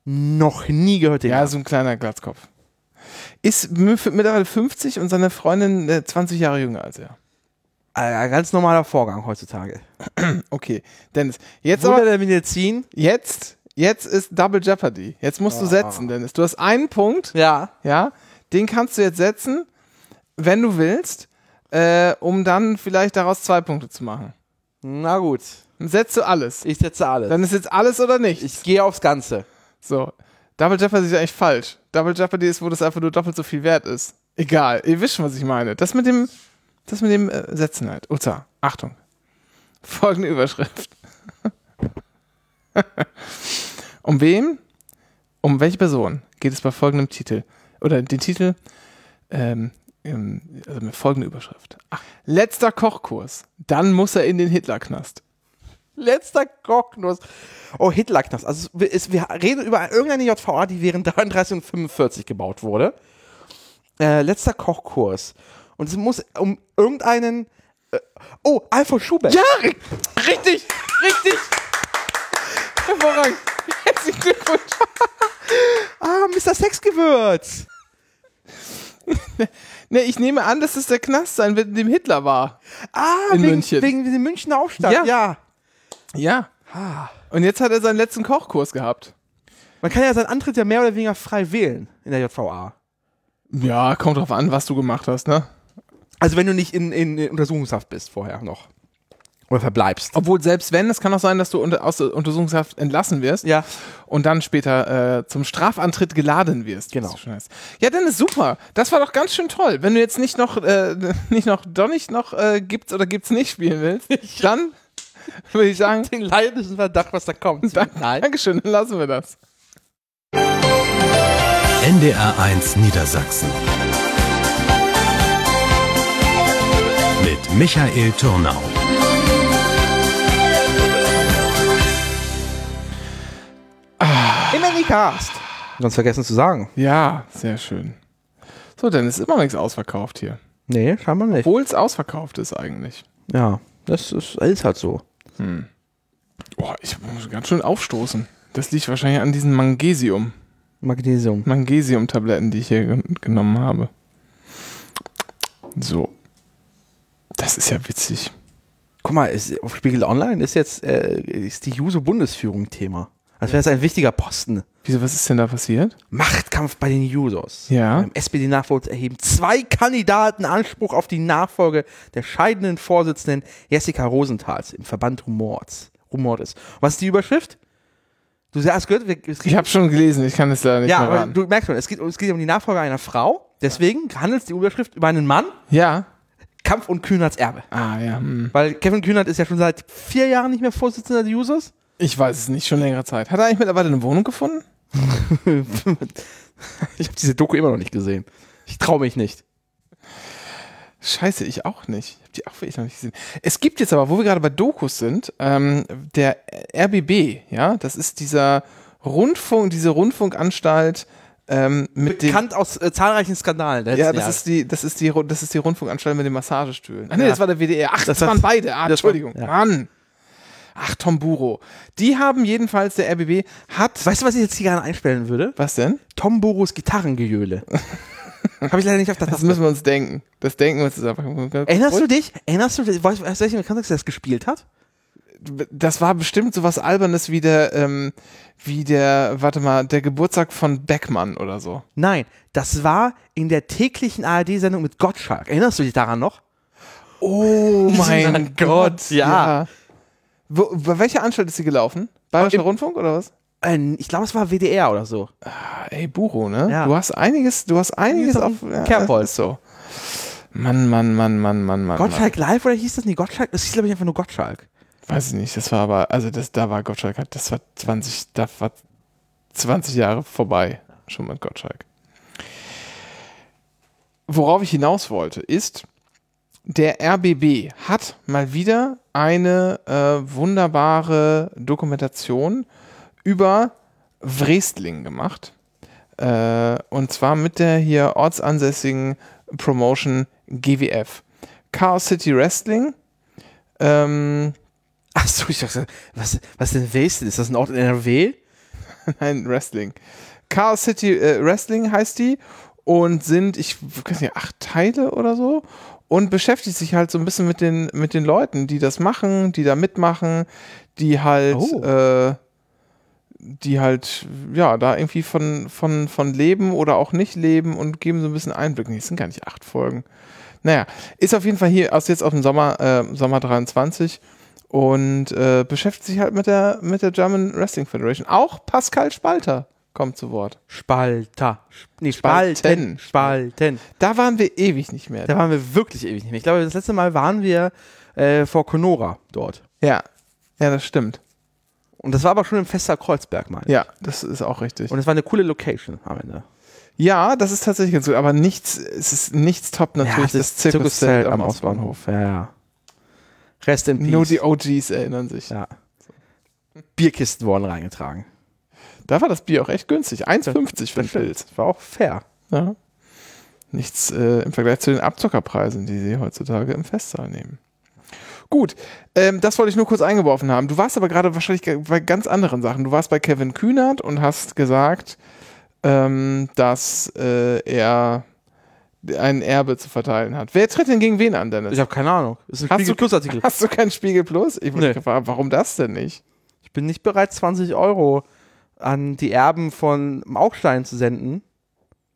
Speaker 2: Noch nie gehört den.
Speaker 1: Ja,
Speaker 2: Namen.
Speaker 1: so ein kleiner Glatzkopf. Ist m- f- mittlerweile 50 und seine Freundin äh, 20 Jahre jünger als er.
Speaker 2: Ein Äh, ganz normaler Vorgang heutzutage.
Speaker 1: Okay, Dennis. Jetzt
Speaker 2: Wunder
Speaker 1: aber,
Speaker 2: der Medizin?
Speaker 1: jetzt, jetzt ist Double Jeopardy. Jetzt musst du setzen, Dennis. Du hast einen Punkt,
Speaker 2: Ja.
Speaker 1: ja, den kannst du jetzt setzen, wenn du willst, äh, um dann vielleicht daraus zwei Punkte zu machen.
Speaker 2: Na gut.
Speaker 1: Dann setzt du alles.
Speaker 2: Ich setze alles.
Speaker 1: Dann ist jetzt alles oder nicht.
Speaker 2: ich gehe aufs Ganze.
Speaker 1: So. Double Jeopardy ist eigentlich falsch. Double Jeopardy ist, wo das einfach nur doppelt so viel wert ist. Egal, ihr wisst schon, was ich meine. Das mit dem, das mit dem äh, Setzen halt. Uta, Achtung. (laughs) Folgende Überschrift. (laughs) um wem, um welche Person geht es bei folgendem Titel? Oder den Titel, ähm, ähm, also mit folgender Überschrift. Ach, letzter Kochkurs. Dann muss er in den Hitlerknast.
Speaker 2: Letzter Kochnuss. Oh, Hitlerknast. Also es ist, wir reden über irgendeine JVA, die während (laughs) 33 und 45 gebaut wurde. Äh, letzter Kochkurs. Und es muss um irgendeinen. Äh, oh, Alfred Schubert.
Speaker 1: ri- richtig, richtig. Hervorragend. Herzlichen Glückwunsch.
Speaker 2: Ah, Mr. Sexgewürz.
Speaker 1: Ne, ich nehme an, dass es der Knast sein wird, in dem Hitler war.
Speaker 2: Ah,
Speaker 1: In
Speaker 2: wegen,
Speaker 1: München.
Speaker 2: wegen dem Münchner Aufstand.
Speaker 1: Ja.
Speaker 2: Ja. Ah.
Speaker 1: Ja. Und jetzt hat er seinen letzten Kochkurs gehabt.
Speaker 2: Man kann ja seinen Antritt ja mehr oder weniger frei wählen in der JVA.
Speaker 1: Ja, kommt drauf an, was du gemacht hast, ne?
Speaker 2: Also wenn du nicht in, in, in Untersuchungshaft bist vorher noch. Oder verbleibst.
Speaker 1: Obwohl, selbst wenn, es kann auch sein, dass du unter, aus der Untersuchungshaft entlassen wirst
Speaker 2: Ja. (laughs)
Speaker 1: und dann später äh, zum Strafantritt geladen wirst. wie
Speaker 2: Genau.
Speaker 1: es so schön heißt. Ja, dann ist super. Das war doch ganz schön toll. Wenn du jetzt nicht noch, äh, (laughs) nicht noch Donnig noch äh, gibt's oder gibt's nicht spielen willst, dann würde ich sagen,
Speaker 2: Den leidenden Verdacht, was da kommt. (laughs)
Speaker 1: (laughs)
Speaker 2: Nein.
Speaker 1: Dankeschön, dann lassen wir das.
Speaker 3: NDR1 Niedersachsen. Mit Michael Turnau.
Speaker 2: Im Anycast. Ganz vergessen zu sagen.
Speaker 1: Ja, sehr schön. So, dann ist immer nichts ausverkauft hier.
Speaker 2: Nee, scheinbar nicht.
Speaker 1: Obwohl es ausverkauft ist eigentlich.
Speaker 2: Ja, das ist, ist halt so.
Speaker 1: Boah, ich muss ganz schön aufstoßen. Das liegt wahrscheinlich an diesen Magnesium.
Speaker 2: Magnesium.
Speaker 1: Magnesium-Tabletten, die ich hier gen- genommen habe. So. Das ist ja witzig.
Speaker 2: Guck mal, ist, auf Spiegel Online ist jetzt äh, ist die Juso-Bundesführung Thema. Das wäre jetzt ein wichtiger Posten.
Speaker 1: Wieso, was ist denn da passiert?
Speaker 2: Machtkampf bei den Jusos. Ähm,
Speaker 1: Ja.
Speaker 2: Beim SPD-Nachwuchs erheben zwei Kandidaten Anspruch auf die Nachfolge der scheidenden Vorsitzenden Jessica Rosenthals im Verband Rumors. Rumors. Was ist die Überschrift? Du hast gehört, wir- es
Speaker 1: Ich habe schon gelesen, ich kann es leider nicht
Speaker 2: ja,
Speaker 1: mehr
Speaker 2: aber
Speaker 1: warten.
Speaker 2: du merkst schon, es geht, es geht um die Nachfolge einer Frau. Deswegen handelt die Überschrift über einen Mann,
Speaker 1: Ja.
Speaker 2: Kampf und Kühnerts Erbe.
Speaker 1: Ah, ja. Hm.
Speaker 2: Weil Kevin Kühnert ist ja schon seit vier Jahren nicht mehr Vorsitzender der Users.
Speaker 1: Ich weiß es nicht, schon längere Zeit. Hat er eigentlich mittlerweile eine Wohnung gefunden?
Speaker 2: (laughs) ich habe diese Doku immer noch nicht gesehen. Ich traue mich nicht.
Speaker 1: Scheiße, ich auch nicht. Ich habe die auch wirklich noch nicht gesehen. Es gibt jetzt aber, wo wir gerade bei Dokus sind, ähm, der RBB, ja, das ist dieser Rundfunk, diese Rundfunkanstalt ähm, mit dem.
Speaker 2: Bekannt aus äh, zahlreichen Skandalen. der
Speaker 1: Ja,
Speaker 2: letzten
Speaker 1: das
Speaker 2: Jahre.
Speaker 1: ist die, das ist die, Ru- das ist die Rundfunkanstalt mit den Massagestühlen. Ach nee,
Speaker 2: Ja.
Speaker 1: das war der WDR. Ach, das,
Speaker 2: Das war-
Speaker 1: waren beide. Ah,
Speaker 2: das war-
Speaker 1: Entschuldigung,
Speaker 2: ja.
Speaker 1: Mann. Ach, Tom Buro. Die haben jedenfalls der RBB hat.
Speaker 2: Weißt du, was ich jetzt hier gerne einstellen würde?
Speaker 1: Was denn?
Speaker 2: Tom
Speaker 1: (laughs)
Speaker 2: Boros Gitarrengejöhle. habe ich leider nicht auf der
Speaker 1: Das
Speaker 2: Taste.
Speaker 1: müssen wir uns denken. Das denken wir uns jetzt einfach.
Speaker 2: Erinnerst du dich? Erinnerst du dich? Weißt du, weißt du, welchen Kontext das gespielt hat?
Speaker 1: das war bestimmt sowas Albernes wie der, ähm, wie der, warte mal, der Geburtstag von Beckmann oder so.
Speaker 2: Nein, das war in der täglichen ARD-Sendung mit Gottschalk. Erinnerst du dich daran noch?
Speaker 1: Oh (laughs) mein Gott,
Speaker 2: ja.
Speaker 1: Wo, bei welcher Anstalt ist sie gelaufen? Bayerischer Rundfunk oder was?
Speaker 2: Ähm, ich glaube, es war WDR oder so.
Speaker 1: Ah, Ey, Buro, ne?
Speaker 2: Ja.
Speaker 1: Du hast einiges, du hast einiges
Speaker 2: auf
Speaker 1: auf
Speaker 2: dem Kerbholz.
Speaker 1: das ist so. Mann, Mann, Mann, Mann, Mann, Mann.
Speaker 2: Gottschalk Live oder hieß das nicht Gottschalk? Das hieß, glaube ich, einfach nur Gottschalk.
Speaker 1: Mann. Weiß ich nicht, das war aber, also das, da war Gottschalk, halt- das war 20, da war 20 Jahre vorbei schon mit Gottschalk. Worauf ich hinaus wollte, ist, der RBB hat mal wieder eine äh, wunderbare Dokumentation über Wrestling gemacht. Äh, und zwar mit der hier ortsansässigen Promotion GWF. Chaos City Wrestling. Ähm,
Speaker 2: Ach so, ich dachte, was, was denn Westen? Ist das ein Ort in NRW?
Speaker 1: (laughs) nein, Wrestling. Chaos City äh, Wrestling heißt die. und sind, ich weiß nicht, acht Teile oder so und beschäftigt sich halt so ein bisschen mit den, mit den Leuten, die das machen, die da mitmachen, die halt,
Speaker 2: Oh.
Speaker 1: äh, die halt, ja, da irgendwie von, von, von leben oder auch nicht leben und geben so ein bisschen Einblick. Nee, es sind gar nicht acht Folgen. Naja, ist auf jeden Fall hier aus jetzt auf dem Sommer, äh, Sommer 23 und äh, beschäftigt sich halt mit der, mit der German Wrestling Federation. Auch Pascal Spalter kommt zu Wort.
Speaker 2: Spalter. Nee,
Speaker 1: Spalten.
Speaker 2: Spalten. Spalten.
Speaker 1: Da waren wir ewig nicht mehr.
Speaker 2: Da waren wir wirklich ewig nicht mehr. Ich glaube, das letzte Mal waren wir äh, vor Conora dort.
Speaker 1: ja. Ja, das stimmt.
Speaker 2: Und das war aber schon im Fester Kreuzberg, meine ich.
Speaker 1: Ja, das ist auch richtig.
Speaker 2: Und es war eine coole Location am Ende.
Speaker 1: ja, das ist tatsächlich ganz gut, aber nichts, es ist nichts top natürlich. das Zirkuszelt am Ausbahnhof.
Speaker 2: Ja, ja. Rest in Peace.
Speaker 1: Nur die OGs erinnern sich.
Speaker 2: ja. Bierkisten wurden reingetragen.
Speaker 1: Da war das Bier auch echt günstig. 1,50 für ein Pilz.
Speaker 2: Das war auch fair.
Speaker 1: Ja. Nichts äh, im Vergleich zu den Abzockerpreisen, die sie heutzutage im Festsaal nehmen. Gut, ähm, das wollte ich nur kurz eingeworfen haben. Du warst aber gerade wahrscheinlich ge- bei ganz anderen Sachen. Du warst bei Kevin Kühnert und hast gesagt, ähm, dass äh, er ein Erbe zu verteilen hat. Wer tritt denn gegen wen an, Dennis?
Speaker 2: Ich habe keine Ahnung. Das ist ein
Speaker 1: Hast du-
Speaker 2: Spiegel Plus Artikel.
Speaker 1: Hast du keinen Spiegel Plus? Ich wurde
Speaker 2: Nee.
Speaker 1: gefragt, warum das denn nicht? (laughs)
Speaker 2: Ich bin nicht bereit, 20 Euro an die Erben von Augstein zu senden.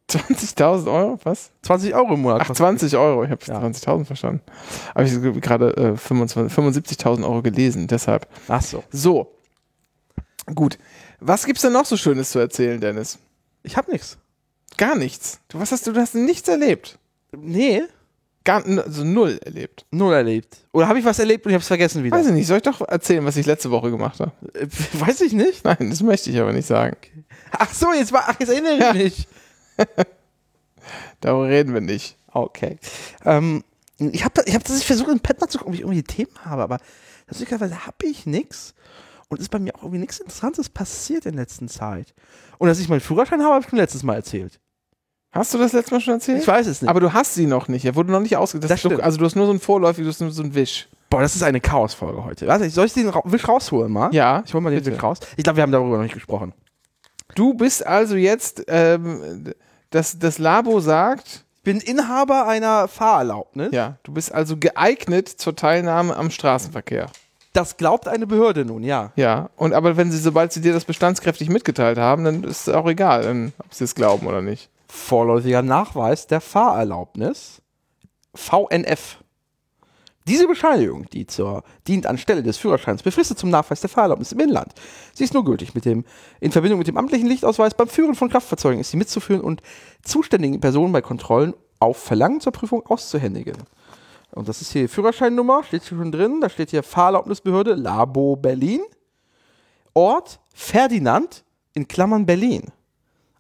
Speaker 1: 20.000 Euro? Was?
Speaker 2: 20 Euro im Monat.
Speaker 1: Ach,
Speaker 2: kostet-
Speaker 1: 20 Euro. Ich habe
Speaker 2: Ja.
Speaker 1: 20.000 verstanden. Aber ich habe gerade äh, 25 75.000 Euro gelesen, deshalb.
Speaker 2: Ach so.
Speaker 1: So. Gut. Was gibt's denn noch so Schönes zu erzählen, Dennis?
Speaker 2: Ich habe nichts.
Speaker 1: Gar nichts. Du, was hast du, du hast nichts erlebt.
Speaker 2: Nee,
Speaker 1: Gar, n- also null erlebt.
Speaker 2: null erlebt. Oder habe ich was erlebt und ich habe es vergessen wieder?
Speaker 1: Weiß ich nicht, soll ich doch erzählen, was ich letzte Woche gemacht habe?
Speaker 2: Äh, (laughs) Weiß ich
Speaker 1: (laughs)
Speaker 2: nicht.
Speaker 1: Nein, das möchte ich aber nicht sagen.
Speaker 2: Ach so, jetzt, war, ach, jetzt erinnere ich
Speaker 1: Ja.
Speaker 2: mich.
Speaker 1: Darüber reden wir nicht.
Speaker 2: Okay. Ähm, ich habe ich hab das ich versucht, im Pad mal zu gucken, ob ich irgendwie Themen habe, aber tatsächlicherweise habe ich nichts. Und ist bei mir auch irgendwie nichts Interessantes passiert in letzter Zeit. Und dass ich meinen Führerschein habe, habe ich schon letztes Mal erzählt.
Speaker 1: Hast du das letztes Mal schon erzählt?
Speaker 2: Ich weiß es nicht.
Speaker 1: Aber du hast sie noch nicht. Er wurde noch nicht ausgedacht.
Speaker 2: Das stimmt.
Speaker 1: also du hast nur so ein Vorläufig, du hast nur so ein Wisch.
Speaker 2: boah, das ist eine Chaosfolge heute. Warte, soll ich den Ra Wisch rausholen mal?
Speaker 1: Ja.
Speaker 2: Ich hole mal den
Speaker 1: bitte.
Speaker 2: Wisch raus. Ich glaube, wir haben darüber noch nicht gesprochen.
Speaker 1: Du bist also jetzt, ähm, das, das Labo sagt,
Speaker 2: Ich bin Inhaber einer Fahrerlaubnis.
Speaker 1: ja, du bist also geeignet zur Teilnahme am Straßenverkehr.
Speaker 2: Das glaubt eine Behörde nun, ja.
Speaker 1: Ja, und aber wenn sie, sobald sie dir das bestandskräftig mitgeteilt haben, dann ist es auch egal, dann, ob sie es glauben oder nicht.
Speaker 2: vorläufiger Nachweis der Fahrerlaubnis VNF. Diese Bescheinigung, die zur, dient anstelle des Führerscheins befristet zum Nachweis der Fahrerlaubnis im Inland. Sie ist nur gültig mit dem, in Verbindung mit dem amtlichen Lichtausweis beim Führen von Kraftfahrzeugen ist sie mitzuführen und zuständigen Personen bei Kontrollen auf Verlangen zur Prüfung auszuhändigen. Und das ist hier die Führerscheinnummer, steht hier schon drin, da steht hier Fahrerlaubnisbehörde Labo Berlin, Ort Ferdinand in Klammern Berlin.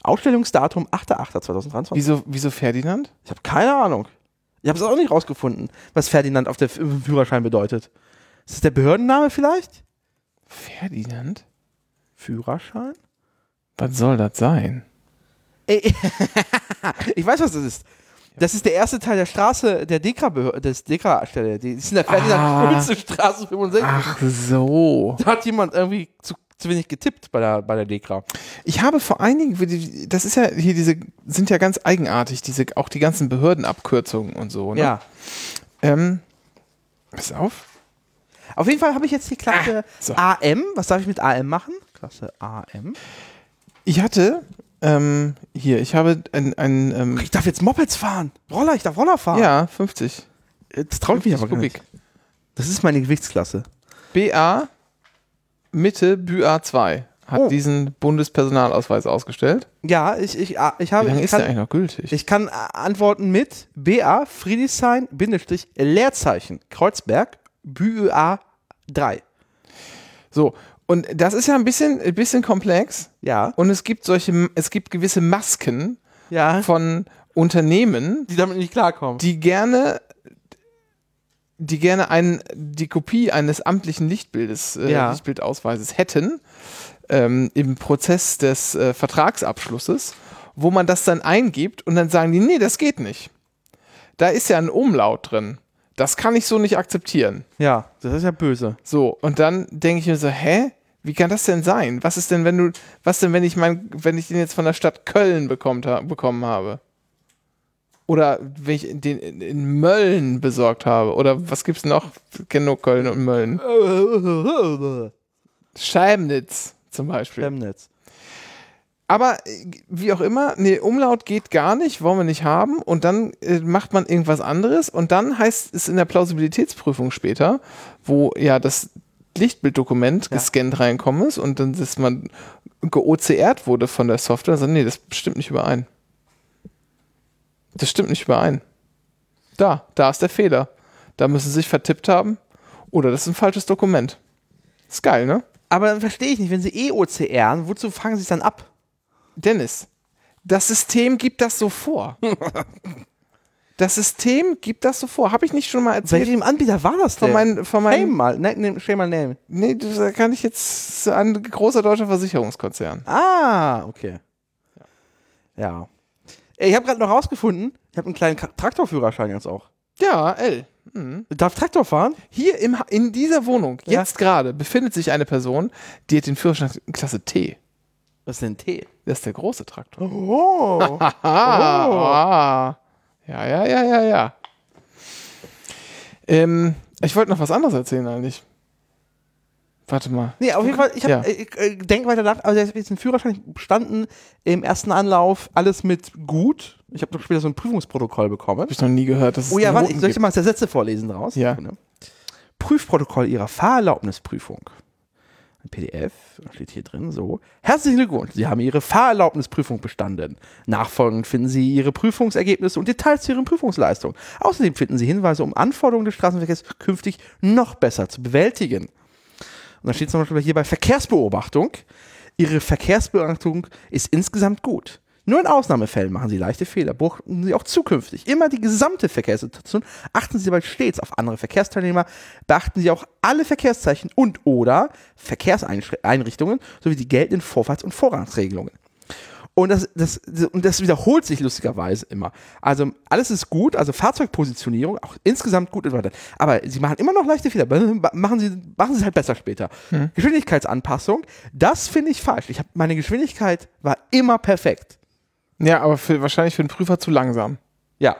Speaker 2: Ausstellungsdatum 8.8.2023.
Speaker 1: Wieso, wieso Ferdinand?
Speaker 2: Ich habe keine Ahnung. Ich habe es auch nicht rausgefunden, was Ferdinand auf der F- im Führerschein bedeutet. Ist das der Behördenname vielleicht?
Speaker 1: Ferdinand?
Speaker 2: Führerschein?
Speaker 1: Was soll das sein?
Speaker 2: Ey, (laughs) ich weiß, was das ist. Das ist der erste Teil der Straße der Dekra-Behörde, des Dekra-Stelle. Die ist in der
Speaker 1: Ah.
Speaker 2: Ferdinand-Schulze-Straße 65.
Speaker 1: Ach so.
Speaker 2: Da hat jemand irgendwie zu, zu wenig getippt bei der, bei der Dekra.
Speaker 1: Ich habe vor einigen, das ist ja hier diese, sind ja ganz eigenartig, diese, auch die ganzen Behördenabkürzungen und so. Ne?
Speaker 2: Ja.
Speaker 1: Ähm, pass auf.
Speaker 2: Auf jeden Fall habe ich jetzt die Klasse
Speaker 1: so.
Speaker 2: AM. Was darf ich mit AM machen? Klasse AM.
Speaker 1: Ich hatte, ähm, hier, ich habe ein, ein ähm,
Speaker 2: Ich darf jetzt Mopeds fahren. Roller, ich darf Roller fahren.
Speaker 1: ja, 50.
Speaker 2: Das traue ich mich aber gar
Speaker 1: Kubik.
Speaker 2: nicht. Das ist meine Gewichtsklasse.
Speaker 1: BA Mitte BÜA 2 hat
Speaker 2: Oh.
Speaker 1: diesen Bundespersonalausweis ausgestellt.
Speaker 2: Ja, ich, ich, ah, ich habe.
Speaker 1: Wie lange
Speaker 2: ich
Speaker 1: ist
Speaker 2: kann,
Speaker 1: der eigentlich noch gültig?
Speaker 2: ich kann ah, antworten mit BA Friedrichshain Bindestrich Leerzeichen Kreuzberg BÜA 3.
Speaker 1: so, und das ist ja ein bisschen, ein bisschen komplex.
Speaker 2: Ja.
Speaker 1: Und es gibt solche, es gibt gewisse Masken
Speaker 2: Ja.
Speaker 1: von Unternehmen,
Speaker 2: Die damit nicht klarkommen.
Speaker 1: die gerne, die gerne einen, die Kopie eines amtlichen Lichtbildes, äh,
Speaker 2: Ja.
Speaker 1: Lichtbildausweises hätten ähm, im Prozess des äh, Vertragsabschlusses, wo man das dann eingibt und dann sagen die, nee, das geht nicht. Da ist ja ein Umlaut drin. Das kann ich so nicht akzeptieren.
Speaker 2: ja, das ist ja böse.
Speaker 1: So, und dann denke ich mir so, hä? Wie kann das denn sein? Was ist denn, wenn du, was denn, wenn ich mein, wenn ich den jetzt von der Stadt Köln bekommt, ha- bekommen habe? Oder wenn ich den in- in Mölln besorgt habe. Oder was gibt's noch? Ich kenn nur Köln und Mölln. Scheibnitz zum Beispiel.
Speaker 2: (laughs) Chemnitz.
Speaker 1: Aber äh, wie auch immer, nee, Umlaut geht gar nicht, wollen wir nicht haben. Und dann äh, macht man irgendwas anderes. Und dann heißt es in der Plausibilitätsprüfung später, wo ja das Lichtbilddokument gescannt reinkommen ist und dann, dass man geOCRt wurde von der Software, sagen, nee, das stimmt nicht überein. Das stimmt nicht überein. Da, da ist der Fehler. Da müssen sie sich vertippt haben. Oder das ist ein falsches Dokument. Ist geil, ne?
Speaker 2: Aber dann verstehe ich nicht, wenn sie eh OCRen, wozu fangen sie es dann ab?
Speaker 1: Dennis, das System gibt das so
Speaker 2: (laughs)
Speaker 1: vor. Das System gibt das so vor. Habe ich nicht schon mal
Speaker 2: Bei
Speaker 1: erzählt?
Speaker 2: welchem Anbieter war das
Speaker 1: Von
Speaker 2: denn?
Speaker 1: meinen, von
Speaker 2: Shame
Speaker 1: meinen,
Speaker 2: mal, ne, ne, shame mal name.
Speaker 1: nee, da kann ich jetzt ein großer deutscher Versicherungskonzern.
Speaker 2: Ah, okay. Ja. Ey, Ich habe gerade noch rausgefunden, ich habe einen kleinen Ka- Traktorführerschein jetzt auch.
Speaker 1: Ja, L.
Speaker 2: Darf Traktor fahren?
Speaker 1: Hier im, Ha- in dieser Wohnung,
Speaker 2: Ja.
Speaker 1: jetzt gerade, befindet sich eine Person, die hat den Führerschein Klasse T.
Speaker 2: Was ist denn T?
Speaker 1: Das ist der große Traktor.
Speaker 2: (laughs) Oh.
Speaker 1: Ah, ah. Ja, ja, ja, ja, ja. Ähm, ich wollte noch was anderes erzählen eigentlich. Warte mal.
Speaker 2: Nee, auf jeden Fall, ich, hab,
Speaker 1: Ja.
Speaker 2: ich, äh, denk weiter nach, also ich habe jetzt einen Führerschein bestanden, im ersten Anlauf alles mit gut. Ich habe doch später so ein Prüfungsprotokoll bekommen.
Speaker 1: Hab ich noch nie gehört, dass es
Speaker 2: Oh ja,
Speaker 1: die
Speaker 2: warte,
Speaker 1: Noten
Speaker 2: ich soll ich dir
Speaker 1: gibt.
Speaker 2: mal das Sätze vorlesen draus?
Speaker 1: Ja.
Speaker 2: Ne? Prüfprotokoll Ihrer Fahrerlaubnisprüfung. Ein PDF steht hier drin so. Herzlichen Glückwunsch, Sie haben Ihre Fahrerlaubnisprüfung bestanden. Nachfolgend finden Sie Ihre Prüfungsergebnisse und Details zu Ihren Prüfungsleistungen. Außerdem finden Sie Hinweise, um Anforderungen des Straßenverkehrs künftig noch besser zu bewältigen. Und dann steht zum Beispiel hier bei Verkehrsbeobachtung. Ihre Verkehrsbeobachtung ist insgesamt gut. Nur in Ausnahmefällen machen Sie leichte Fehler, beobachten Sie auch zukünftig. Immer die gesamte Verkehrssituation. Achten Sie dabei stets auf andere Verkehrsteilnehmer. Beachten Sie auch alle Verkehrszeichen und oder Verkehrseinrichtungen sowie die geltenden Vorfahrts- und Vorrangsregelungen. Und das, das, und das wiederholt sich lustigerweise immer. Also alles ist gut, also Fahrzeugpositionierung, auch insgesamt gut und weiter. Aber sie machen immer noch leichte Fehler. B- Machen sie, machen sie es halt besser später. Geschwindigkeitsanpassung, das finde ich falsch. Ich hab, meine Geschwindigkeit war immer perfekt.
Speaker 1: Ja, aber für, wahrscheinlich für den Prüfer zu langsam.
Speaker 2: Ja.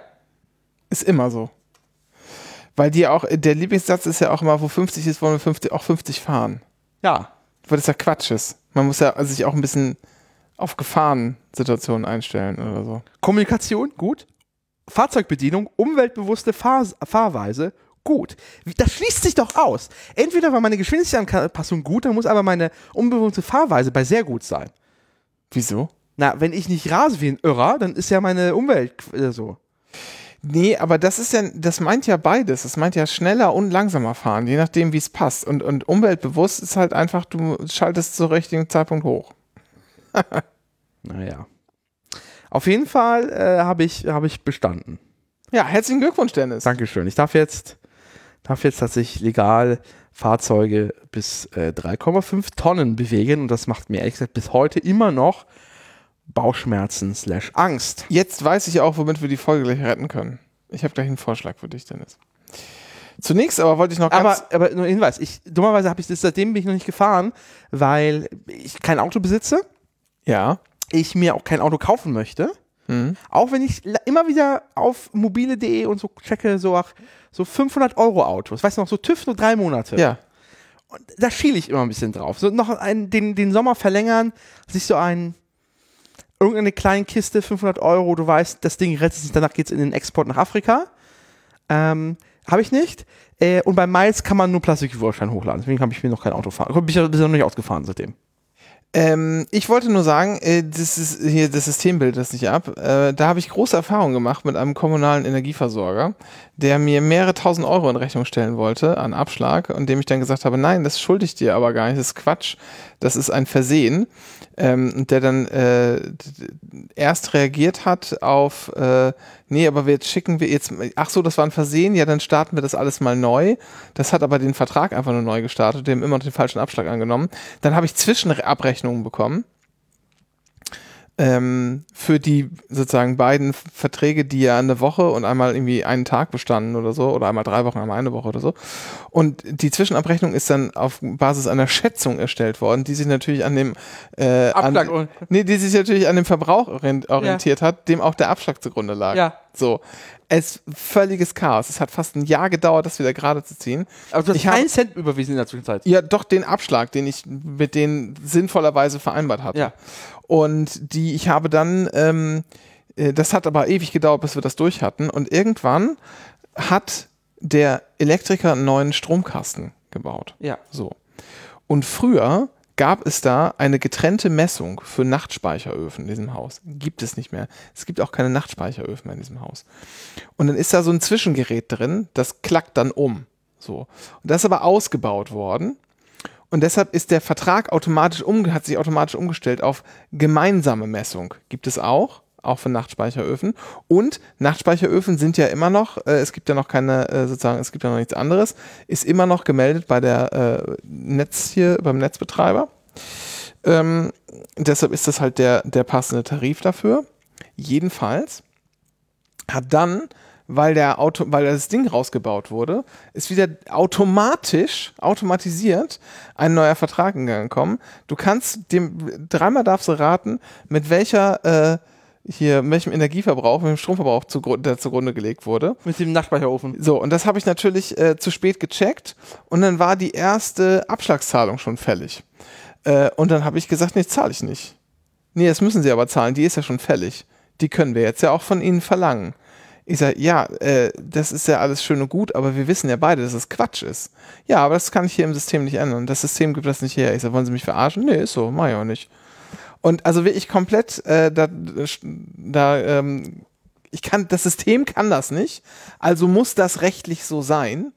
Speaker 1: Ist immer so. Weil die auch, der Lieblingssatz ist ja auch immer, wo 50 ist, wollen wir 50, auch 50 fahren.
Speaker 2: Ja.
Speaker 1: Weil das ja Quatsch ist. Man muss ja also sich auch ein bisschen auf Gefahrensituationen einstellen oder so.
Speaker 2: Kommunikation, gut. Fahrzeugbedienung, umweltbewusste Fahr Fahrweise, gut. Wie- Das schließt sich doch aus. Entweder war meine Geschwindigkeitsanpassung gut, dann muss aber meine unbewusste Fahrweise bei sehr gut sein.
Speaker 1: Wieso?
Speaker 2: Na, wenn ich nicht rase wie ein Irrer, dann ist ja meine Umwelt qu- äh, so.
Speaker 1: Nee, aber das ist ja, das meint ja beides. Das meint ja schneller und langsamer fahren, je nachdem, wie es passt. Und, und umweltbewusst ist halt einfach, du schaltest zum richtigen Zeitpunkt hoch.
Speaker 2: Naja. Auf jeden Fall äh, habe ich, hab ich bestanden.
Speaker 1: Ja, herzlichen Glückwunsch, Dennis.
Speaker 2: Dankeschön. Ich darf jetzt, darf jetzt tatsächlich legal Fahrzeuge bis äh, 3,5 Tonnen bewegen und das macht mir ehrlich gesagt bis heute immer noch Bauchschmerzen slash Angst.
Speaker 1: Jetzt weiß ich auch, womit wir die Folge gleich retten können. Ich habe gleich einen Vorschlag für dich, Dennis. Zunächst aber wollte ich noch ganz.
Speaker 2: Aber, aber nur ein Hinweis, ich, dummerweise habe ich das, seitdem bin ich noch nicht gefahren, weil ich kein Auto besitze.
Speaker 1: ja.
Speaker 2: ich mir auch kein Auto kaufen möchte. Auch wenn ich la- immer wieder auf mobile.de und so checke, so, ach, so 500 Euro Autos. Weißt du noch, so TÜV nur drei Monate.
Speaker 1: Ja.
Speaker 2: Da schiele ich immer ein bisschen drauf. So noch einen, den, den Sommer verlängern, sich so ein, irgendeine kleine Kiste, 500 Euro, du weißt, das Ding rettet sich, danach geht es in den Export nach Afrika. Ähm, habe ich nicht. Äh, und bei Miles kann man nur Plastikwürfstein hochladen. Deswegen habe ich mir noch kein Auto fahren. Bin ich ja bisher noch nicht ausgefahren seitdem.
Speaker 1: Ähm, ich wollte nur sagen, äh, das ist hier das System bildet das nicht ab. Äh, da habe ich große Erfahrungen gemacht mit einem kommunalen Energieversorger, der mir mehrere tausend Euro in Rechnung stellen wollte an Abschlag und dem ich dann gesagt habe, nein, das schulde ich dir aber gar nicht, das ist Quatsch, das ist ein Versehen. Ähm, und der dann äh, d- d- erst reagiert hat auf, äh, nee, aber wir jetzt schicken wir jetzt, ach so, das war ein Versehen, ja, dann starten wir das alles mal neu. Das hat aber den Vertrag einfach nur neu gestartet, dem immer noch den falschen Abschlag angenommen. Dann habe ich Zwischenabrechnungen bekommen ähm, für die sozusagen beiden F- Verträge, die ja eine Woche und einmal irgendwie einen Tag bestanden oder so, oder einmal drei Wochen, einmal eine Woche oder so. Und die Zwischenabrechnung ist dann auf Basis einer Schätzung erstellt worden, die sich natürlich an dem äh,
Speaker 2: Abschlag
Speaker 1: an,
Speaker 2: und-
Speaker 1: nee, die sich natürlich an dem Verbrauch orient- orientiert hat, dem auch der Abschlag zugrunde lag.
Speaker 2: Ja.
Speaker 1: So. Es völliges Chaos. Es hat fast ein Jahr gedauert, das wieder gerade zu ziehen.
Speaker 2: Also du hast
Speaker 1: Ich habe-
Speaker 2: keinen Cent überwiesen in der Zwischenzeit.
Speaker 1: Ja, doch den Abschlag, den ich mit denen sinnvollerweise vereinbart hatte.
Speaker 2: Ja.
Speaker 1: Und die, ich habe dann, ähm, äh, das hat aber ewig gedauert, bis wir das durch hatten. Und irgendwann hat der Elektriker einen neuen Stromkasten gebaut.
Speaker 2: Ja.
Speaker 1: So. Und früher gab es da eine getrennte Messung für Nachtspeicheröfen in diesem Haus. Gibt es nicht mehr. Es gibt auch keine Nachtspeicheröfen mehr in diesem Haus. Und dann ist da so ein Zwischengerät drin, das klackt dann um. So. Und das ist aber ausgebaut worden. Und deshalb ist der Vertrag automatisch um, hat sich automatisch umgestellt auf gemeinsame Messung. Gibt es auch, auch für Nachtspeicheröfen. Und Nachtspeicheröfen sind ja immer noch, äh, es gibt ja noch keine, äh, sozusagen, es gibt ja noch nichts anderes, ist immer noch gemeldet bei der äh, Netz hier, beim Netzbetreiber. Ähm, deshalb ist das halt der, der passende Tarif dafür. Jedenfalls hat dann, weil, der Auto, weil das Ding rausgebaut wurde, ist wieder automatisch, automatisiert ein neuer Vertrag in Gang gekommen. Du kannst dem, dreimal darfst du raten, mit welcher, äh, hier, mit welchem Energieverbrauch, mit dem Stromverbrauch zugru der zugrunde gelegt wurde.
Speaker 2: Mit dem Nachtspeicherofen.
Speaker 1: So, und das habe ich natürlich äh, zu spät gecheckt und dann war die erste Abschlagszahlung schon fällig. Äh, und dann habe ich gesagt, nee, zahle ich nicht. Nee, das müssen sie aber zahlen, die ist ja schon fällig. Die können wir jetzt ja auch von ihnen verlangen. Ich sage, ja, äh, das ist ja alles schön und gut, aber wir wissen ja beide, dass es Quatsch ist. Ja, aber das kann ich hier im System nicht ändern. Das System gibt das nicht her. Ich sage, wollen Sie mich verarschen? Nee, ist so, mach ich auch nicht. Und also wirklich komplett, äh, da, da ähm, ich kann, das System kann das nicht, also muss das rechtlich so sein.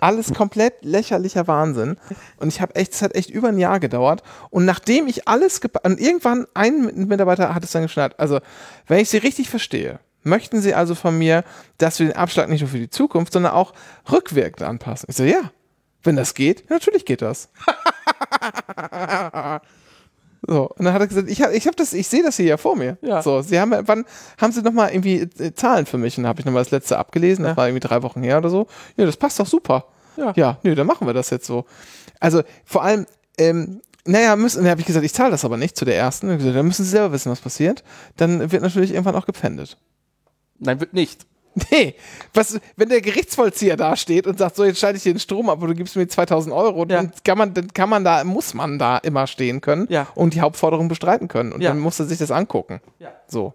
Speaker 1: Alles komplett lächerlicher Wahnsinn. Und ich habe echt, es hat echt über ein Jahr gedauert. Und nachdem ich alles, geba- und irgendwann ein Mitarbeiter hat es dann geschnallt. Also, wenn ich Sie richtig verstehe, möchten Sie also von mir, dass wir den Abschlag nicht nur für die Zukunft, sondern auch rückwirkend anpassen. Ich so, ja. Wenn das geht, natürlich geht das. So, und dann hat er gesagt, ich habe ich hab das, ich sehe das hier ja vor mir.
Speaker 2: Ja.
Speaker 1: So, sie haben, wann haben sie nochmal irgendwie äh, Zahlen für mich? Und dann habe ich nochmal das letzte abgelesen, das
Speaker 2: Ja.
Speaker 1: war irgendwie drei Wochen her oder so. Ja, das passt doch super.
Speaker 2: Ja.
Speaker 1: Ja, nö, dann machen wir das jetzt so. Also, vor allem, ähm, naja, müssen, dann habe ich gesagt, ich zahle das aber nicht zu der ersten. Dann, hab ich gesagt, dann müssen sie selber wissen, was passiert. Dann wird natürlich irgendwann auch gepfändet. (laughs)
Speaker 2: Nein, wird nicht.
Speaker 1: Nee, was, wenn der Gerichtsvollzieher da steht und sagt, so jetzt schalte ich dir den Strom ab und du gibst mir 2000 Euro,
Speaker 2: Ja.
Speaker 1: dann kann man, dann kann man da, muss man da immer stehen können
Speaker 2: Ja.
Speaker 1: und die Hauptforderung bestreiten können. Und
Speaker 2: Ja.
Speaker 1: dann muss er sich das angucken.
Speaker 2: Ja.
Speaker 1: So.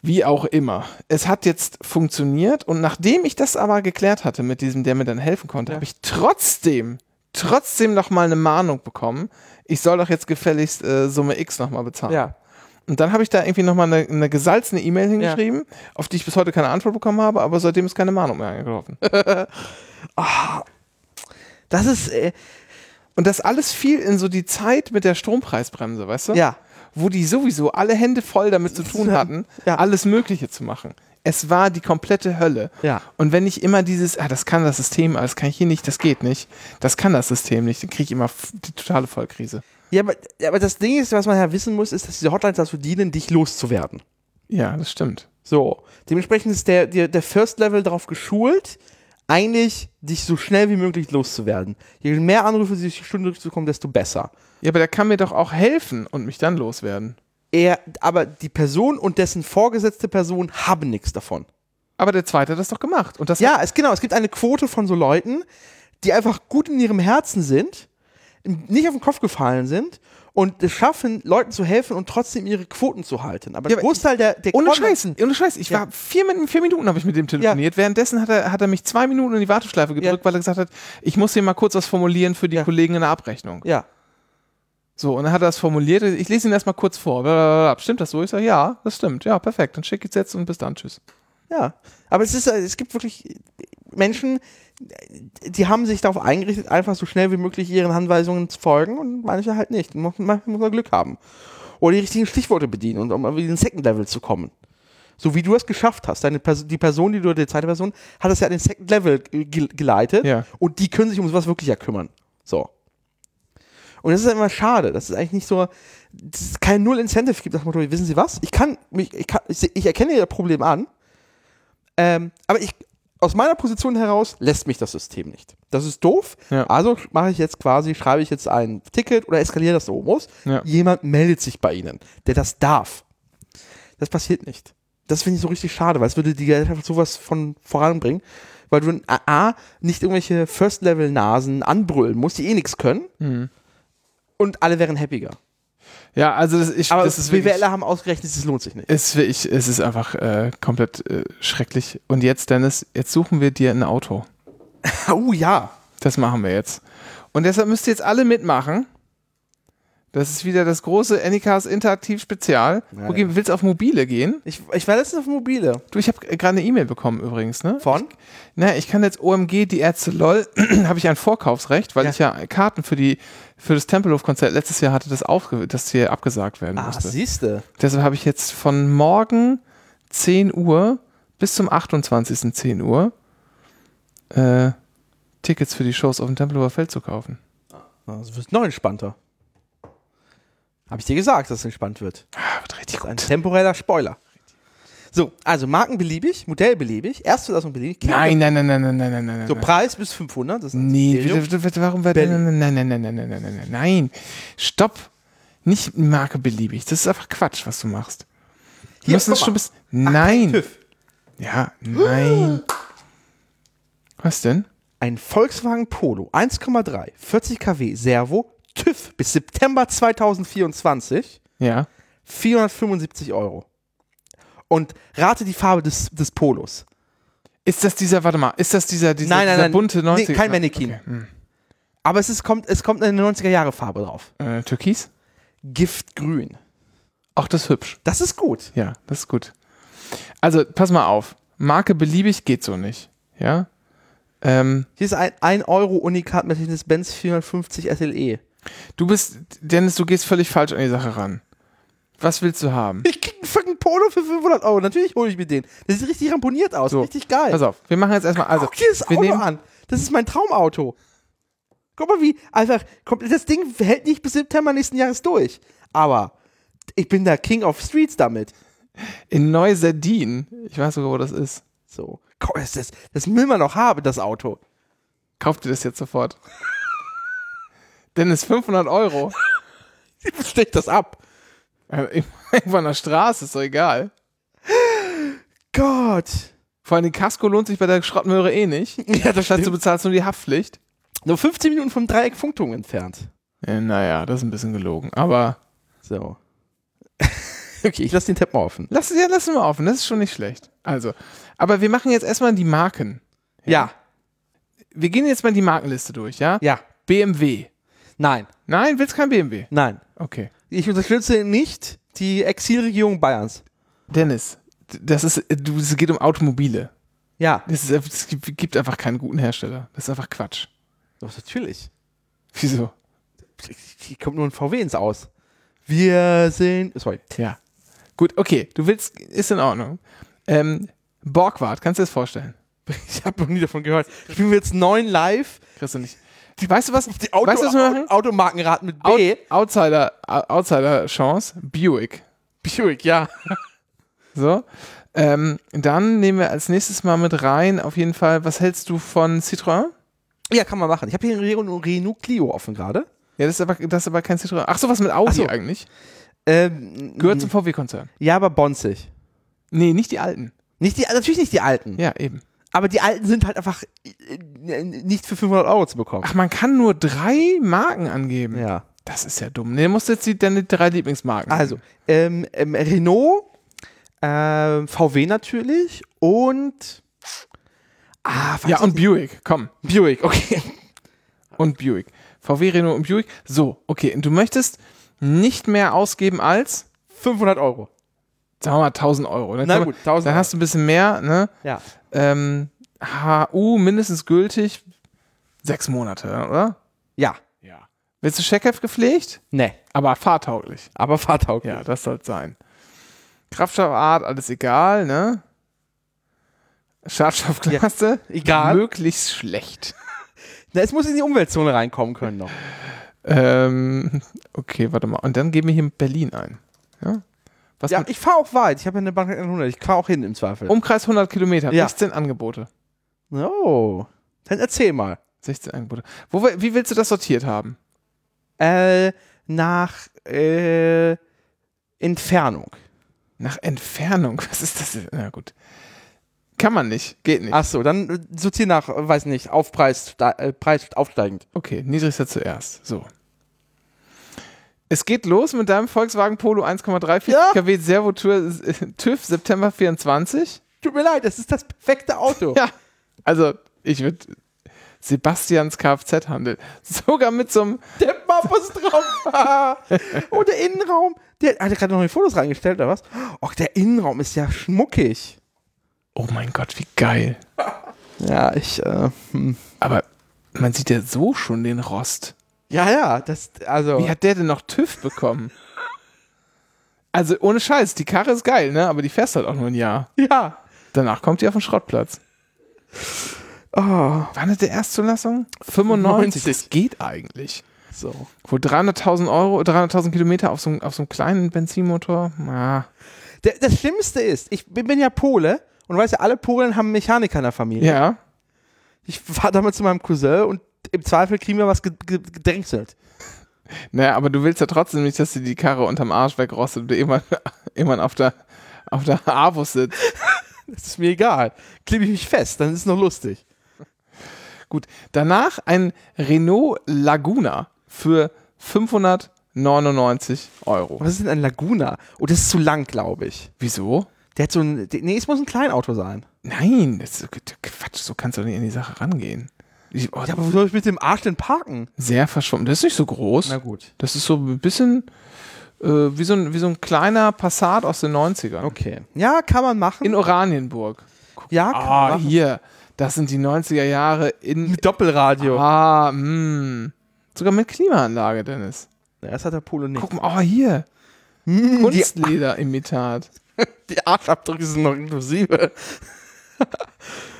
Speaker 1: Wie auch immer. Es hat jetzt funktioniert und nachdem ich das aber geklärt hatte mit diesem, der mir dann helfen konnte,
Speaker 2: Ja.
Speaker 1: habe ich trotzdem, trotzdem nochmal eine Mahnung bekommen, ich soll doch jetzt gefälligst äh, Summe X nochmal bezahlen.
Speaker 2: Ja.
Speaker 1: Und dann habe ich da irgendwie nochmal eine, eine gesalzene E-Mail hingeschrieben, auf die ich bis heute keine Antwort bekommen habe, aber seitdem ist keine Mahnung mehr
Speaker 2: (laughs)
Speaker 1: eingetroffen.
Speaker 2: Das ist, äh,
Speaker 1: Und das alles fiel in so die Zeit mit der Strompreisbremse, weißt du?
Speaker 2: ja.
Speaker 1: Wo die sowieso alle Hände voll damit zu tun hatten,
Speaker 2: (laughs) Ja.
Speaker 1: alles Mögliche zu machen. Es war die komplette Hölle.
Speaker 2: Ja.
Speaker 1: Und wenn ich immer dieses, ah, das kann das System, ah, das kann ich hier nicht, das geht nicht, das kann das System nicht, dann kriege ich immer f- die totale Vollkrise.
Speaker 2: Ja aber, ja, aber das Ding ist, was man ja wissen muss, ist, dass diese Hotlines dazu dienen, dich loszuwerden.
Speaker 1: Ja, das stimmt.
Speaker 2: So. Dementsprechend ist der, der, der First Level darauf geschult, eigentlich dich so schnell wie möglich loszuwerden. Je mehr Anrufe die Stunde durchzukommen, desto besser.
Speaker 1: Ja, aber der kann mir doch auch helfen und mich dann loswerden.
Speaker 2: Er, aber die Person und dessen vorgesetzte Person haben nichts davon.
Speaker 1: Aber der zweite hat das doch gemacht. Und das
Speaker 2: Ja, es, genau, es gibt eine Quote von so Leuten, die einfach gut in ihrem Herzen sind, nicht auf den Kopf gefallen sind und es schaffen, Leuten zu helfen und trotzdem ihre Quoten zu halten. Aber
Speaker 1: Ja,
Speaker 2: der
Speaker 1: aber
Speaker 2: Großteil der, der
Speaker 1: Ohne
Speaker 2: Con-
Speaker 1: Scheiß, ohne Scheiß. Ich
Speaker 2: Ja.
Speaker 1: war vier, Min- vier Minuten habe ich mit dem telefoniert. Währenddessen hat er, hat er mich zwei Minuten in die Warteschleife gedrückt,
Speaker 2: Ja.
Speaker 1: weil er gesagt hat, ich muss hier mal kurz was formulieren für die
Speaker 2: Ja.
Speaker 1: Kollegen in der Abrechnung.
Speaker 2: Ja,
Speaker 1: So, und dann hat er das formuliert. Ich lese ihn erstmal kurz vor. Blablabla. Stimmt das so? Ich sage, ja, das stimmt. Ja, perfekt. Dann schick ich jetzt und bis dann. Tschüss.
Speaker 2: ja. Aber es, ist, äh, es gibt wirklich Menschen, äh, die haben sich darauf eingerichtet, einfach so schnell wie möglich ihren Anweisungen zu folgen und manche halt nicht. Mo- Manchmal muss man Glück haben. Oder die richtigen Stichworte bedienen, und um auf den Second Level zu kommen. So wie du es geschafft hast. Deine Pers die Person, die du, die zweite Person, hat es ja an den Second Level äh, ge- geleitet
Speaker 1: Ja.
Speaker 2: und die können sich um sowas wirklich ja kümmern. So. Und das ist halt immer schade, dass es eigentlich nicht so, dass es kein Null-Incentive gibt, das Motto, wissen Sie was? Ich kann, mich, ich, kann ich, seh- ich erkenne Ihr Problem an, ähm, aber ich, aus meiner Position heraus lässt mich das System nicht. Das ist doof,
Speaker 1: Ja.
Speaker 2: also mache ich jetzt quasi, schreibe ich jetzt ein Ticket oder eskaliere das oben raus.
Speaker 1: Ja.
Speaker 2: Jemand meldet sich bei Ihnen, der das darf. Das passiert nicht. Das finde ich so richtig schade, weil es würde die Gesellschaft sowas von voranbringen, weil du A, A, nicht irgendwelche First-Level-Nasen anbrüllen musst, die eh nichts können
Speaker 1: Mhm.
Speaker 2: und alle wären happiger.
Speaker 1: Ja, also das, ich,
Speaker 2: Aber
Speaker 1: das ist wirklich,
Speaker 2: BWLer haben ausgerechnet, es lohnt sich nicht.
Speaker 1: ist wirklich, es ist einfach äh, komplett äh, schrecklich. Und jetzt, Dennis, jetzt suchen wir dir ein Auto.
Speaker 2: Oh ja.
Speaker 1: Das machen wir jetzt. Und deshalb müsst ihr jetzt alle mitmachen. Das ist wieder das große Anycast Interaktiv Spezial.
Speaker 2: Ja,
Speaker 1: okay, willst du auf mobile gehen?
Speaker 2: Ich, ich war letztens auf Mobile.
Speaker 1: Du, ich habe gerade eine E-Mail bekommen übrigens, ne?
Speaker 2: Von?
Speaker 1: Na, ich kann jetzt OMG, die Ärzte LOL, (clears throat) habe ich ein Vorkaufsrecht, weil
Speaker 2: Ja.
Speaker 1: ich ja Karten für, die, für das Tempelhof-Konzert letztes Jahr hatte, das, aufge das hier abgesagt werden
Speaker 2: Ah,
Speaker 1: musste.
Speaker 2: siehste.
Speaker 1: Deshalb habe ich jetzt von morgen 10 Uhr bis zum 28. 10 Uhr äh, Tickets für die Shows auf dem Tempelhofer Feld zu kaufen.
Speaker 2: Na, Das wird noch entspannter. Habe ich dir gesagt, dass es entspannt wird.
Speaker 1: Ah, wird richtig
Speaker 2: Ein temporärer Spoiler. So, also Marken beliebig, Modell beliebig, Erstverlassung beliebig.
Speaker 1: Nein, nein, nein, nein, nein, nein, nein, nein.
Speaker 2: So,
Speaker 1: nein.
Speaker 2: Preis bis 500. Das ist ein
Speaker 1: Nee,
Speaker 2: Kriterium.
Speaker 1: bitte, bitte, bitte, warum wird.
Speaker 2: Berlin.
Speaker 1: Nein, nein, nein, nein, nein, nein, nein, nein, nein, nein. Stopp. Nicht Marke beliebig. Das ist einfach Quatsch, was du machst. Wir
Speaker 2: Hier,
Speaker 1: müssen das
Speaker 2: guck
Speaker 1: schon
Speaker 2: mal.
Speaker 1: bis. Nein.
Speaker 2: TÜV.
Speaker 1: Ja, nein. Was denn?
Speaker 2: Ein Volkswagen Polo 1,3, 40 kW, Servo, TÜV bis September 2024,
Speaker 1: Ja.
Speaker 2: 475 Euro. Und rate die Farbe des, des Polos.
Speaker 1: Ist das dieser, warte mal, ist das dieser, dieser,
Speaker 2: Nein, nein,
Speaker 1: dieser
Speaker 2: nein.
Speaker 1: bunte
Speaker 2: Nee,
Speaker 1: 90er?
Speaker 2: kein Mannequin.
Speaker 1: Okay. Hm.
Speaker 2: Aber es, ist, kommt, es kommt eine 90er-Jahre-Farbe drauf.
Speaker 1: Äh, Türkis?
Speaker 2: Giftgrün.
Speaker 1: Auch das ist hübsch.
Speaker 2: Das ist gut.
Speaker 1: Ja, das ist gut. Also, pass mal auf. Marke beliebig geht so nicht. Ja. Ähm,
Speaker 2: Hier ist ein 1 Euro Unikat Mercedes-Benz 450 SLE.
Speaker 1: Du bist, Dennis, du gehst völlig falsch an die Sache ran. Was willst du haben?
Speaker 2: Ich krieg einen fucking Polo für 500 Euro. Natürlich hole ich mir den. Der sieht richtig ramponiert aus.
Speaker 1: So,
Speaker 2: Richtig geil.
Speaker 1: Pass auf, wir machen jetzt erstmal, also,
Speaker 2: Guck dir das
Speaker 1: wir
Speaker 2: Auto
Speaker 1: nehmen,
Speaker 2: an. Das ist mein Traumauto. Guck mal, wie einfach, komplett- das Ding hält nicht bis September nächsten Jahres durch. Aber ich bin der King of Streets damit.
Speaker 1: in Neusardin, ich weiß sogar, wo das ist,
Speaker 2: So, Guck, das, das, das will man noch haben, das Auto.
Speaker 1: kauft ihr das jetzt
Speaker 2: (laughs)
Speaker 1: sofort. Dennis, 500 Euro.
Speaker 2: Steck das ab.
Speaker 1: (laughs) Äh, Irgendwo an der Straße, ist doch egal.
Speaker 2: Gott.
Speaker 1: Vor allem, den Kasko lohnt sich bei der Schrottmöhre eh nicht.
Speaker 2: Ja, das
Speaker 1: Das heißt, du bezahlst nur die Haftpflicht.
Speaker 2: Nur 15 Minuten vom Dreieck Funkturm entfernt.
Speaker 1: Äh, naja, das ist ein bisschen gelogen, aber
Speaker 2: So. (laughs) okay, ich lasse den Tab mal offen.
Speaker 1: lass, ja, lassen wir offen, das ist schon nicht schlecht. Also, aber wir machen jetzt erstmal die Marken.
Speaker 2: Ja,
Speaker 1: Wir gehen jetzt mal die Markenliste durch, ja?
Speaker 2: ja.
Speaker 1: BMW.
Speaker 2: Nein,
Speaker 1: Nein, willst kein BMW.
Speaker 2: nein.
Speaker 1: Okay.
Speaker 2: Ich unterstütze nicht die Exilregierung Bayerns.
Speaker 1: Dennis, d- das ist, äh, du, es geht um Automobile.
Speaker 2: Ja.
Speaker 1: Das ist, es gibt gibt einfach keinen guten Hersteller. Das ist einfach Quatsch. (laughs)
Speaker 2: Doch, natürlich.
Speaker 1: Wieso?
Speaker 2: Hier kommt nur ein VW ins Aus. Wir sind. Sorry. (laughs)
Speaker 1: Ja. Gut, okay, du willst, ist in Ordnung. Ähm, Borgward, kannst du dir das vorstellen?
Speaker 2: Ich habe noch nie davon gehört. Spielen wir jetzt neun live.
Speaker 1: Kriegst du nicht. Weißt du was?
Speaker 2: Die Auto,
Speaker 1: weißt du, was wir machen?
Speaker 2: Automarkenraten mit
Speaker 1: Out,
Speaker 2: B.
Speaker 1: Outsider, Au- Outsider-Chance, Buick.
Speaker 2: Buick, ja.
Speaker 1: (laughs) So. Ähm, dann nehmen wir als nächstes mal mit rein, auf jeden Fall, was hältst du von Citroën?
Speaker 2: Ja, kann man machen. Ich habe hier einen Renault- Renault Clio offen gerade.
Speaker 1: Ja, das ist aber, das ist aber kein Citroën. Ach so, was mit Audi
Speaker 2: Ach so.
Speaker 1: eigentlich?
Speaker 2: Ähm,
Speaker 1: Gehört zum VW-Konzern.
Speaker 2: ja, aber bonzig.
Speaker 1: Nee, nicht die alten.
Speaker 2: Nicht die, natürlich nicht die alten.
Speaker 1: Ja, eben.
Speaker 2: Aber die alten sind halt einfach äh, nicht für 500 Euro zu bekommen.
Speaker 1: Ach, man kann nur drei Marken angeben.
Speaker 2: Ja.
Speaker 1: Das ist ja dumm. Nee, du musst jetzt die, deine drei Lieblingsmarken.
Speaker 2: Also, ähm, ähm, Renault, ähm, VW natürlich und. Ah,
Speaker 1: nehmen. Ja, und Buick, komm.
Speaker 2: Buick, okay.
Speaker 1: Und Buick. VW, Renault und Buick. So, okay. Und du möchtest nicht mehr ausgeben als,
Speaker 2: 500 Euro.
Speaker 1: sagen wir mal, 1000 Euro. Dann,
Speaker 2: Na
Speaker 1: kann man-
Speaker 2: gut, 1000
Speaker 1: Dann hast du ein bisschen mehr, ne?
Speaker 2: Ja.
Speaker 1: Ähm, HU mindestens gültig sechs Monate, oder?
Speaker 2: Ja.
Speaker 1: Ja. Willst du Scheckheft gepflegt?
Speaker 2: Nee.
Speaker 1: Aber fahrtauglich.
Speaker 2: Aber fahrtauglich.
Speaker 1: Ja, das soll sein. Kraftstoffart, alles egal, ne? Schadstoffklasse,
Speaker 2: Ja, egal.
Speaker 1: möglichst schlecht.
Speaker 2: Na, es muss in die Umweltzone reinkommen können noch.
Speaker 1: Ähm, okay, warte mal. Und dann geben wir hier Berlin ein. Ja, Was
Speaker 2: (laughs) Ja,
Speaker 1: mit
Speaker 2: ich fahre auch weit. Ich habe ja eine Bank 100. Ich fahre auch hin im Zweifel.
Speaker 1: Umkreis 100 Kilometer,
Speaker 2: Ja.
Speaker 1: 16 Angebote.
Speaker 2: Oh. Dann erzähl mal.
Speaker 1: 16 Angebote. Wo, wir- wie willst du das sortiert haben?
Speaker 2: Äh, nach äh, Entfernung.
Speaker 1: Nach Entfernung. Was ist das? denn? Na gut. Kann man nicht. Geht nicht.
Speaker 2: Achso, dann äh, sortier nach, äh, weiß nicht, Aufpreis, da, äh, Preis aufsteigend.
Speaker 1: Okay, niedrigster zuerst. So. Es geht los mit deinem Volkswagen Polo 1,3
Speaker 2: Ja.
Speaker 1: kW Servo Tour TÜV September 24.
Speaker 2: Tut mir leid, das ist das perfekte (laughs) Auto.
Speaker 1: Ja. Also, ich würde Sebastians Kfz-Handel. (laughs) Sogar mit so einem.
Speaker 2: Der Mappus drauf war. (laughs) Und der Innenraum, der hat er gerade noch die Fotos reingestellt oder was? Och, der Innenraum ist ja schmuckig.
Speaker 1: Oh mein Gott, wie geil.
Speaker 2: Ja, ich, äh, hm.
Speaker 1: Aber man sieht ja so schon den Rost.
Speaker 2: ja, ja, das, also.
Speaker 1: Wie hat der denn noch TÜV bekommen? Also, ohne Scheiß, die Karre ist geil, ne? Aber die fährst halt auch nur ein Jahr.
Speaker 2: ja.
Speaker 1: Danach kommt die auf den Schrottplatz.
Speaker 2: Oh,
Speaker 1: Wann hat der Erstzulassung? 95.
Speaker 2: 95.
Speaker 1: Das geht eigentlich.
Speaker 2: so.
Speaker 1: Wo 300.000 Euro, 300.000 Kilometer auf so, einem- auf so einem kleinen Benzinmotor. Ah,
Speaker 2: Der, das Schlimmste ist, ich bin, bin ja Pole und weiß ja, alle Polen haben einen Mechaniker in der Familie.
Speaker 1: ja.
Speaker 2: Ich fahre damals zu meinem Cousin und im Zweifel kriegen wir was ge- ge- gedrängselt.
Speaker 1: Naja, aber du willst ja trotzdem nicht, dass dir die Karre unterm Arsch wegrostet und du immer, (laughs) immer auf der, auf der Avus sitzt.
Speaker 2: Das ist mir egal. Klebe ich mich fest, dann ist es noch lustig.
Speaker 1: Gut. Danach ein Renault Laguna für 599 Euro.
Speaker 2: Was ist denn ein Laguna? Oh, das ist zu lang, glaube ich.
Speaker 1: Wieso?
Speaker 2: Der hat so ein. Nee, es muss ein Kleinauto sein.
Speaker 1: Nein, das ist Quatsch, so kannst du doch nicht in die Sache rangehen. Ich, oh,
Speaker 2: Ja, aber wo soll ich mit dem Arsch denn parken?
Speaker 1: sehr verschwommen. Das ist nicht so groß.
Speaker 2: gut.
Speaker 1: Das ist so ein bisschen äh, wie, so ein, wie so ein kleiner Passat aus den 90ern.
Speaker 2: Okay. Ja, kann man machen.
Speaker 1: In Oranienburg.
Speaker 2: ja, kann man
Speaker 1: Ah,
Speaker 2: machen.
Speaker 1: hier. Das sind die 90er Jahre in.
Speaker 2: Mit Doppelradio.
Speaker 1: Ah, mh. Sogar mit Klimaanlage, Dennis.
Speaker 2: Ja, das hat der Polo nicht.
Speaker 1: Guck mal, oh, hier.
Speaker 2: Mm, die,
Speaker 1: Kunstlederimitat.
Speaker 2: die Arschabdrücke sind noch inklusive.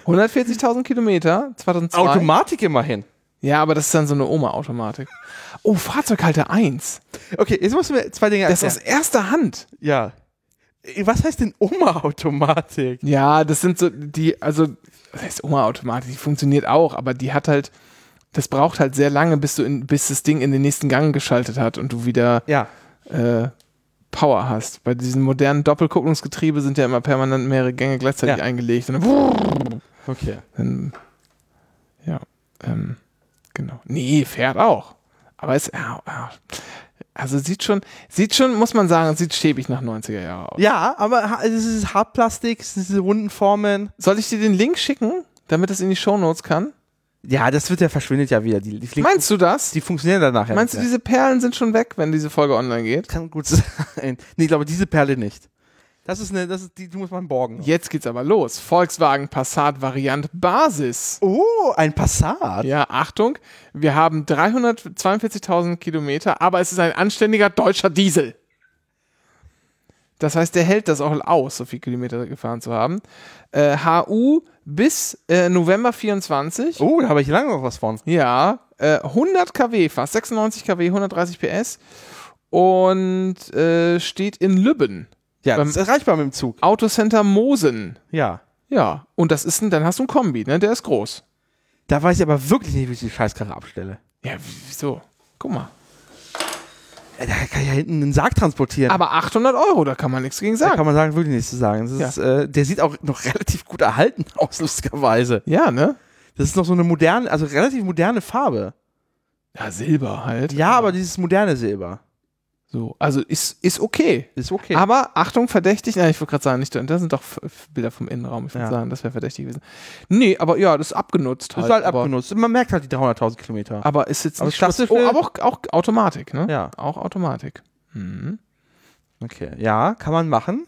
Speaker 1: 140.000 Kilometer, 2002.
Speaker 2: (laughs) Automatik immerhin.
Speaker 1: ja, aber das ist dann so eine Oma-Automatik. Oh, Fahrzeughalter 1.
Speaker 2: Okay, jetzt musst du mir zwei Dinge
Speaker 1: Das ist aus
Speaker 2: erklären.
Speaker 1: erster Hand.
Speaker 2: ja. Äh, Was heißt denn Oma-Automatik?
Speaker 1: Ja, das sind so die, also, das heißt Oma-Automatik, die funktioniert auch, aber die hat halt, das braucht halt sehr lange, bis du in, bis das Ding in den nächsten Gang geschaltet hat und du wieder
Speaker 2: Ja.
Speaker 1: äh, Power hast. Bei diesen modernen Doppelkupplungsgetriebe sind ja immer permanent mehrere Gänge gleichzeitig
Speaker 2: Ja.
Speaker 1: eingelegt. Und dann,
Speaker 2: Okay.
Speaker 1: dann, ja, ähm, genau. Nee, fährt auch. Aber es, ja, ja. also sieht schon, sieht schon, muss man sagen, sieht schäbig nach 90er Jahre aus.
Speaker 2: Ja, aber ha- also es ist Hartplastik, es sind diese runden Formen.
Speaker 1: Soll ich dir den Link schicken, damit es in die Shownotes kann?
Speaker 2: Ja, das wird ja verschwindet ja wieder. Die, die, Flink-
Speaker 1: Meinst du das?
Speaker 2: die funktionieren danach ja
Speaker 1: Meinst du,
Speaker 2: nicht mehr.
Speaker 1: diese Perlen sind schon weg, wenn diese Folge online geht?
Speaker 2: Kann gut (laughs) sein. Nee, ich glaube, diese Perle nicht. Das ist eine, das ist, die, die muss man borgen.
Speaker 1: Jetzt geht's aber los. Volkswagen Passat Variant Basis.
Speaker 2: Oh, ein Passat.
Speaker 1: Ja, Achtung, wir haben 342.000 Kilometer, aber es ist ein anständiger deutscher Diesel. Das heißt, der hält das auch aus, so viel Kilometer gefahren zu haben. Äh, HU bis äh, November 24.
Speaker 2: Oh, da habe ich lange noch was von.
Speaker 1: Ja, äh, 100 kW fast, 96 kW, 130 PS und äh, steht in Lübben.
Speaker 2: Ja,
Speaker 1: Ähm,
Speaker 2: das ist erreichbar mit dem Zug.
Speaker 1: Autocenter Mosen.
Speaker 2: Ja.
Speaker 1: Ja, und das ist ein, dann hast du ein Kombi, ne? Der ist groß.
Speaker 2: Da weiß ich aber wirklich nicht, wie ich die Scheißkarre abstelle.
Speaker 1: Ja, wieso? Guck mal.
Speaker 2: Äh, Da kann ich ja hinten einen Sarg transportieren.
Speaker 1: Aber 800 Euro, da kann man nichts gegen
Speaker 2: da
Speaker 1: sagen.
Speaker 2: kann man sagen, wirklich nichts zu sagen. Das ist, äh, der sieht auch noch relativ gut erhalten (laughs) aus, lustigerweise.
Speaker 1: Ja, ne?
Speaker 2: Das ist noch so eine moderne, also relativ moderne Farbe.
Speaker 1: Ja, Silber halt.
Speaker 2: Ja, aber dieses moderne Silber.
Speaker 1: So, also ist, ist okay.
Speaker 2: Ist okay.
Speaker 1: Aber Achtung, verdächtig. Nein, ich wollte gerade sagen, nicht, das sind doch F- F- Bilder vom Innenraum. Ich würde
Speaker 2: Ja.
Speaker 1: sagen, das wäre verdächtig gewesen. Nee, aber ja, das ist abgenutzt
Speaker 2: Das
Speaker 1: halt.
Speaker 2: ist halt
Speaker 1: aber,
Speaker 2: abgenutzt. Man merkt halt die 300.000 Kilometer.
Speaker 1: aber ist jetzt
Speaker 2: Aber
Speaker 1: nicht
Speaker 2: klassisch-
Speaker 1: Oh, aber auch, auch Automatik, ne?
Speaker 2: Ja.
Speaker 1: Auch Automatik. Mhm.
Speaker 2: Okay. Ja, kann man machen.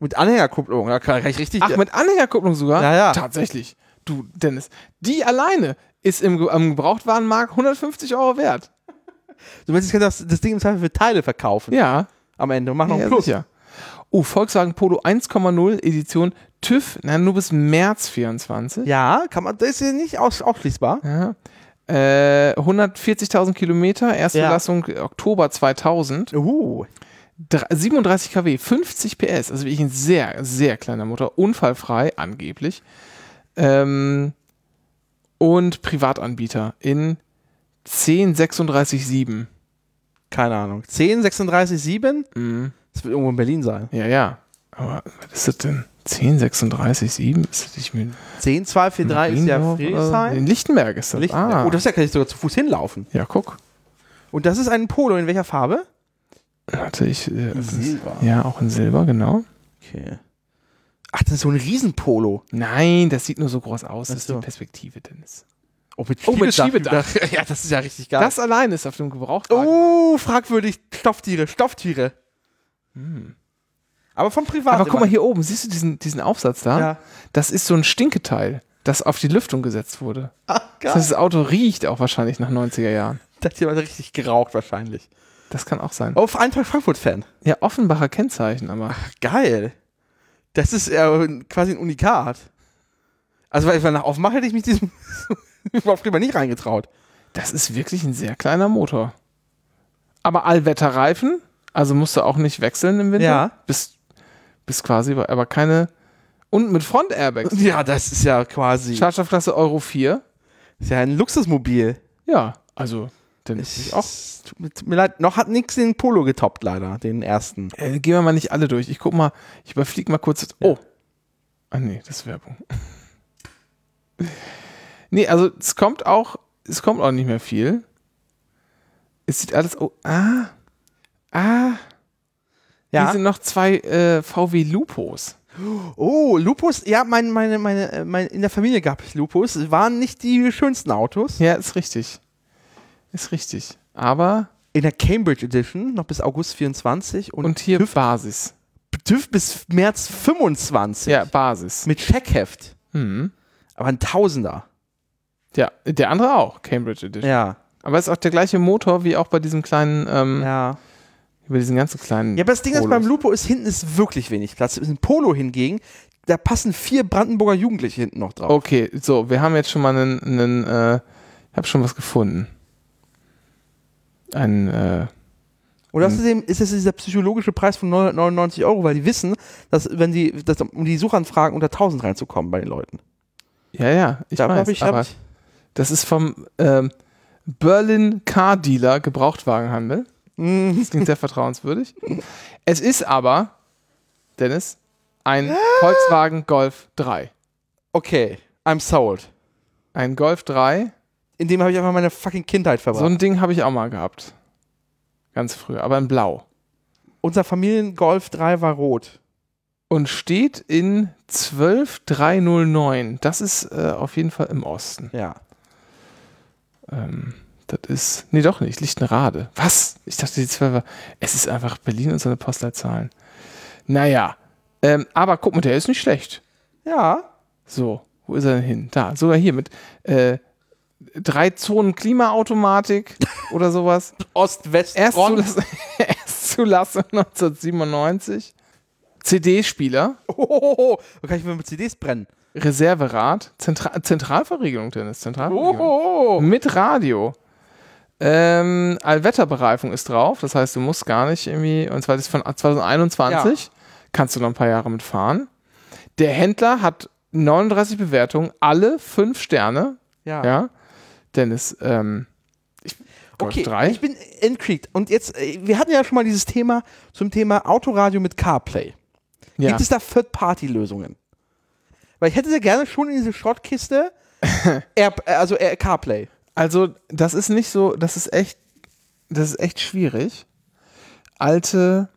Speaker 2: Mit Anhängerkupplung, da kann ich richtig.
Speaker 1: Ach, mit Anhängerkupplung sogar?
Speaker 2: Ja, ja.
Speaker 1: Tatsächlich. Du, Dennis, die alleine ist im, Ge- am Gebrauchtwarenmarkt 150 Euro wert.
Speaker 2: du meinst, ich kann das, das Ding im Zweifel für Teile verkaufen
Speaker 1: Ja.
Speaker 2: am Ende und machen noch einen
Speaker 1: Ja,
Speaker 2: Plus.
Speaker 1: sicher. Oh, Volkswagen Polo 1,0 Edition TÜV, na, nur bis März 24.
Speaker 2: Ja, kann man, das ist ja nicht aus, ausschließbar.
Speaker 1: Ja. Äh, 140.000 Kilometer, erste
Speaker 2: Ja.
Speaker 1: Lassung Oktober 2000,
Speaker 2: Uh,
Speaker 1: Dr- 37 kW, 50 PS, also wirklich ein sehr, sehr kleiner Motor, unfallfrei angeblich. Ähm, und Privatanbieter in 10367.
Speaker 2: keine Ahnung. 10, 36, 7?
Speaker 1: Mhm.
Speaker 2: Das wird irgendwo in Berlin sein.
Speaker 1: Ja, ja. Aber was ist das denn? 10,36,7? Ist das nicht mit
Speaker 2: 10, 2, 4, 3 ist ja
Speaker 1: Mariendorf oder so?
Speaker 2: Friedrichshain.
Speaker 1: äh, In Lichtenberg ist das.
Speaker 2: Lichtenberg.
Speaker 1: Ah.
Speaker 2: Oh, das ist ja kann ich sogar zu Fuß hinlaufen.
Speaker 1: ja, guck.
Speaker 2: Und das ist ein Polo in welcher Farbe?
Speaker 1: Hatte ich. Äh,
Speaker 2: Silber.
Speaker 1: Ja, auch in Silber, genau.
Speaker 2: Okay. Ach, das ist so ein Riesenpolo.
Speaker 1: Nein, das sieht nur so groß aus. Das
Speaker 2: Ach so.
Speaker 1: ist die Perspektive, Dennis.
Speaker 2: Oh, mit
Speaker 1: Oh, mit
Speaker 2: Schiebedach. (laughs) Ja, das ist ja richtig geil.
Speaker 1: Das allein ist auf dem Gebrauchtwagen.
Speaker 2: oh, fragwürdig. Stofftiere, Stofftiere. Aber vom Privat.
Speaker 1: Hm. Aber guck mal hier oben, siehst du diesen, diesen Aufsatz da?
Speaker 2: Ja.
Speaker 1: Das ist so ein Stinketeil, das auf die Lüftung gesetzt wurde.
Speaker 2: Ach, geil.
Speaker 1: Das, heißt, das Auto riecht auch wahrscheinlich nach 90er Jahren.
Speaker 2: Da hat jemand richtig geraucht wahrscheinlich.
Speaker 1: Das kann auch sein.
Speaker 2: Oh, auf einen Fall Frankfurt-Fan.
Speaker 1: Ja, Offenbacher Kennzeichen, aber.
Speaker 2: Geil. Das ist äh, quasi ein Unikat. Also, weil ich nach Aufmache hätte ich mich diesem (laughs) überhaupt lieber nicht reingetraut.
Speaker 1: Das ist wirklich ein sehr kleiner Motor. Aber Allwetterreifen, also musst du auch nicht wechseln im Winter.
Speaker 2: Ja.
Speaker 1: Bis, bis quasi, bei- aber keine. Und mit Front-Airbags.
Speaker 2: Ja, das ist ja quasi.
Speaker 1: Schadstoffklasse Euro 4.
Speaker 2: ist ja ein Luxusmobil.
Speaker 1: Ja, also, dann ist ich auch.
Speaker 2: Es Tut mir, tut mir leid. Noch hat nix den Polo getoppt, leider. Den ersten.
Speaker 1: Äh, gehen wir mal nicht alle durch. Ich guck mal, ich überfliege mal kurz. Oh. Ah, nee, das ist Werbung. (laughs) nee, also, es kommt auch, es kommt auch nicht mehr viel. Es sieht alles, oh, ah, ah, Hier sind noch zwei äh, VW Lupos.
Speaker 2: Oh, Lupus. Ja, mein, meine, meine, äh, mein, in der Familie gab es Lupus. Waren nicht die schönsten Autos.
Speaker 1: Ja, ist richtig. Ist richtig. Aber,
Speaker 2: In der Cambridge Edition, noch bis August 24. Und,
Speaker 1: und hier
Speaker 2: TÜV,
Speaker 1: Basis.
Speaker 2: TÜV bis März 25.
Speaker 1: Ja, Basis.
Speaker 2: Mit Scheckheft.
Speaker 1: Mhm.
Speaker 2: Aber ein Tausender.
Speaker 1: Ja, der andere auch, Cambridge Edition.
Speaker 2: Ja.
Speaker 1: Aber ist auch der gleiche Motor wie auch bei diesem kleinen, ähm,
Speaker 2: Ja.
Speaker 1: bei diesen ganzen kleinen.
Speaker 2: Ja, aber das Ding ist,
Speaker 1: Polos.
Speaker 2: beim Lupo ist hinten ist wirklich wenig Platz. Im Polo hingegen, da passen vier Brandenburger Jugendliche hinten noch drauf.
Speaker 1: Okay, so, wir haben jetzt schon mal einen, einen äh, ich habe schon was gefunden. Ein, äh,
Speaker 2: Und außerdem ist es dieser psychologische Preis von 999 Euro, weil die wissen, dass wenn die, dass, um die Suchanfragen unter 1000 reinzukommen bei den Leuten.
Speaker 1: ja, ja, ich
Speaker 2: Da
Speaker 1: weiß,
Speaker 2: hab ich,
Speaker 1: aber
Speaker 2: hab ich,
Speaker 1: das ist vom ähm, Berlin Car Dealer Gebrauchtwagenhandel.
Speaker 2: Mm,
Speaker 1: Das klingt sehr (laughs) vertrauenswürdig. Es ist aber, Dennis, ein Volkswagen Golf 3.
Speaker 2: okay, I'm sold.
Speaker 1: Ein Golf 3.
Speaker 2: In dem habe ich einfach meine fucking Kindheit verbracht.
Speaker 1: So ein Ding habe ich auch mal gehabt. Ganz früh, aber in Blau.
Speaker 2: Unser Familiengolf 3 war rot.
Speaker 1: Und steht in 12309. Das ist äh, auf jeden Fall im Osten.
Speaker 2: Ja.
Speaker 1: Ähm, das ist. Nee, doch nicht. Lichtenrade. Was? Ich dachte, die 12 war. Es ist einfach Berlin und seine Postleitzahlen. Naja. Ähm, aber guck mal, der ist nicht schlecht.
Speaker 2: Ja.
Speaker 1: So, wo ist er denn hin? Da, sogar hier mit äh, drei Zonen Klimaautomatik oder sowas.
Speaker 2: Ost, West,
Speaker 1: (laughs)
Speaker 2: Front.
Speaker 1: Erstzulassung, Erstzulassung 1997. CD-Spieler,
Speaker 2: (laughs) Ohohoho. Da kann ich mir mit CDs brennen.
Speaker 1: Reserverad, Zentra Zentralverriegelung, Dennis, Zentralverriegelung.
Speaker 2: Ohoho.
Speaker 1: Mit Radio. Ähm, Allwetterbereifung ist drauf, das heißt, du musst gar nicht irgendwie, und zwar das ist von 2021, kannst du noch ein paar Jahre mitfahren. Der Händler hat 39 Bewertungen, alle 5 Sterne,
Speaker 2: Ja.
Speaker 1: ja. Dennis, ähm, ich,
Speaker 2: Okay,
Speaker 1: Golf 3?
Speaker 2: ich bin intrigued. Und jetzt, äh, wir hatten ja schon mal dieses Thema zum Thema Autoradio mit CarPlay.
Speaker 1: ja.
Speaker 2: Gibt es da Third-Party-Lösungen? Weil ich hätte ja gerne schon in
Speaker 1: (laughs)
Speaker 2: diese Schrottkiste Air, äh, also Air CarPlay.
Speaker 1: Also, das ist nicht so, das ist echt, das ist echt schwierig. Alte,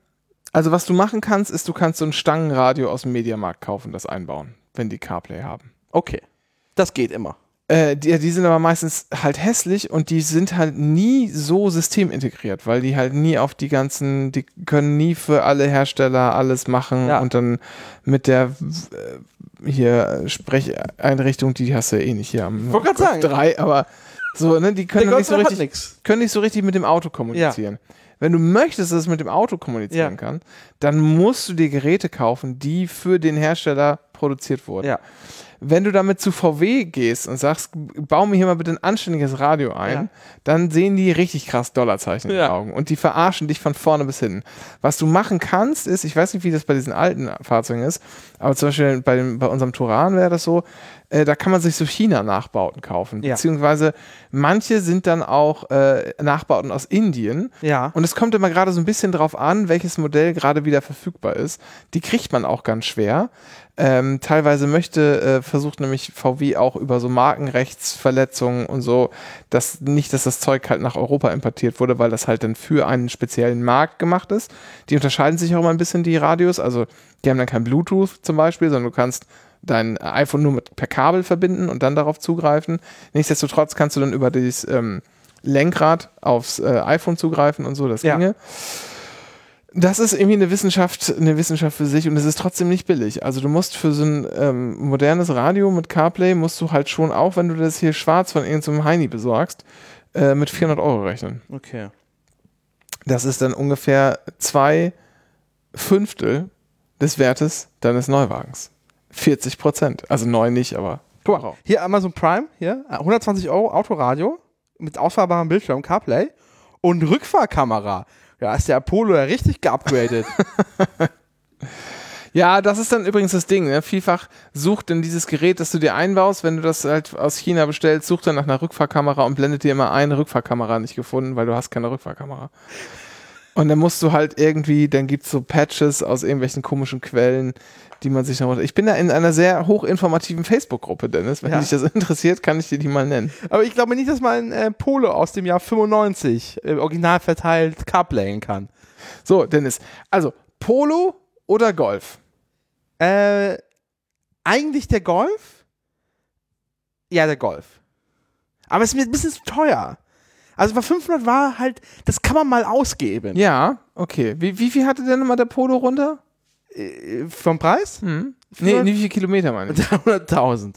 Speaker 1: also was du machen kannst, ist, du kannst so ein Stangenradio aus dem Mediamarkt kaufen, das einbauen, wenn die CarPlay haben.
Speaker 2: Okay, das geht immer.
Speaker 1: Äh, die, die sind aber meistens halt hässlich und die sind halt nie so systemintegriert, weil die halt nie auf die ganzen, die können nie für alle Hersteller alles machen
Speaker 2: Ja.
Speaker 1: und dann mit der äh, hier Sprecheinrichtung, die hast du ja eh nicht hier am
Speaker 2: Wollte grad sagen.
Speaker 1: drei, aber so, ne, die können
Speaker 2: Der
Speaker 1: dann nicht so
Speaker 2: Golf hat
Speaker 1: richtig
Speaker 2: nix.
Speaker 1: können nicht so richtig mit dem Auto kommunizieren. Wenn du möchtest, dass es mit dem Auto kommunizieren
Speaker 2: Ja.
Speaker 1: kann, dann musst du dir Geräte kaufen, die für den Hersteller produziert wurden.
Speaker 2: Ja.
Speaker 1: wenn du damit zu VW gehst und sagst, bau mir hier mal bitte ein anständiges Radio ein,
Speaker 2: Ja.
Speaker 1: dann sehen die richtig krass Dollarzeichen in den
Speaker 2: Ja.
Speaker 1: Augen und die verarschen dich von vorne bis hinten. Was du machen kannst, ist, ich weiß nicht, wie das bei diesen alten Fahrzeugen ist, aber zum Beispiel bei, dem, bei unserem Turan wäre das so, äh, da kann man sich so China-Nachbauten kaufen.
Speaker 2: Ja.
Speaker 1: Beziehungsweise manche sind dann auch äh, Nachbauten aus Indien.
Speaker 2: Ja.
Speaker 1: Und es kommt immer gerade so ein bisschen drauf an, welches Modell gerade wieder verfügbar ist. Die kriegt man auch ganz schwer. Ähm, teilweise möchte, äh, versucht nämlich VW auch über so Markenrechtsverletzungen und so, dass nicht, dass das Zeug halt nach Europa importiert wurde, weil das halt dann für einen speziellen Markt gemacht ist. Die unterscheiden sich auch immer ein bisschen, die Radios. Also die haben dann kein Bluetooth zum Beispiel, sondern du kannst dein iPhone nur mit, per Kabel verbinden und dann darauf zugreifen. Nichtsdestotrotz kannst du dann über dieses ähm, Lenkrad aufs äh, iPhone zugreifen und so, das
Speaker 2: Ja.
Speaker 1: ginge. Das ist irgendwie eine Wissenschaft, eine Wissenschaft für sich und es ist trotzdem nicht billig. Also du musst für so ein ähm, modernes Radio mit CarPlay musst du halt schon auch, wenn du das hier schwarz von irgendeinem Heini besorgst, äh, mit 400 Euro rechnen.
Speaker 2: Okay.
Speaker 1: Das ist dann ungefähr zwei Fünftel des Wertes deines Neuwagens. 40 Prozent. Also neu nicht, aber
Speaker 2: Guck mal, hier Amazon Prime, hier, 120 Euro Autoradio mit ausfahrbarem Bildschirm, CarPlay und Rückfahrkamera. Ja, ist der Apollo ja richtig geupgradet.
Speaker 1: Ja, das ist dann übrigens das Ding. Ne? Vielfach sucht denn dieses Gerät, das du dir einbaust, wenn du das halt aus China bestellst, sucht dann nach einer Rückfahrkamera und blendet dir immer ein, Rückfahrkamera nicht gefunden, weil du hast keine Rückfahrkamera. Und dann musst du halt irgendwie, dann gibt's so Patches aus irgendwelchen komischen Quellen, die man sich noch... unter- Ich bin da in einer sehr hochinformativen Facebook-Gruppe, Dennis. Wenn
Speaker 2: Ja.
Speaker 1: dich das (laughs) interessiert, kann ich dir die mal nennen.
Speaker 2: Aber ich glaube nicht, dass man äh, Polo aus dem Jahr 95 äh, original verteilt CarPlayen kann.
Speaker 1: So, Dennis. Also, Polo oder Golf?
Speaker 2: Äh, eigentlich der Golf? Ja, der Golf. Aber es ist mir ein bisschen zu teuer. Also bei 500 war halt, das kann man mal ausgeben.
Speaker 1: Ja, okay. Wie, wie viel hatte denn nochmal der Polo runter?
Speaker 2: Äh, vom Preis?
Speaker 1: Hm? Nee, nee, wie viel Kilometer meine ich?
Speaker 2: 300.000.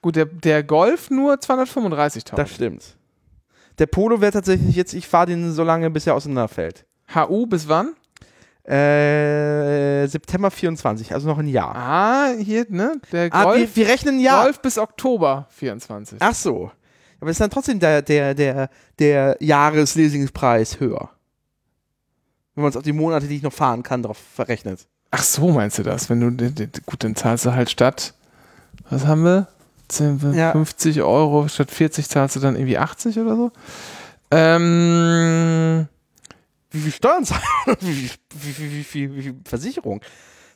Speaker 1: Gut, der, der Golf nur 235.000.
Speaker 2: Das stimmt. Der Polo wäre tatsächlich jetzt, ich fahre den so lange, bis er auseinanderfällt.
Speaker 1: HU bis wann?
Speaker 2: Äh, September 24, also noch ein Jahr.
Speaker 1: Ah, hier, ne? Der
Speaker 2: Ah,
Speaker 1: Golf,
Speaker 2: wir, wir rechnen ein Jahr.
Speaker 1: Golf bis Oktober 24.
Speaker 2: Ach so. Aber ist dann trotzdem der, der, der, der Jahreslesingspreis höher. Wenn man es auf die Monate, die ich noch fahren kann, drauf verrechnet.
Speaker 1: Ach so, meinst du das? Wenn du, den- den- gut, dann zahlst du halt statt, was haben wir? 10,
Speaker 2: Ja.
Speaker 1: 50 Euro, statt 40 zahlst du dann irgendwie 80 oder so? Ähm,
Speaker 2: Wie viel Steuern zahlen? (laughs) Wie viel, wie, viel, wie, viel, wie viel Versicherung?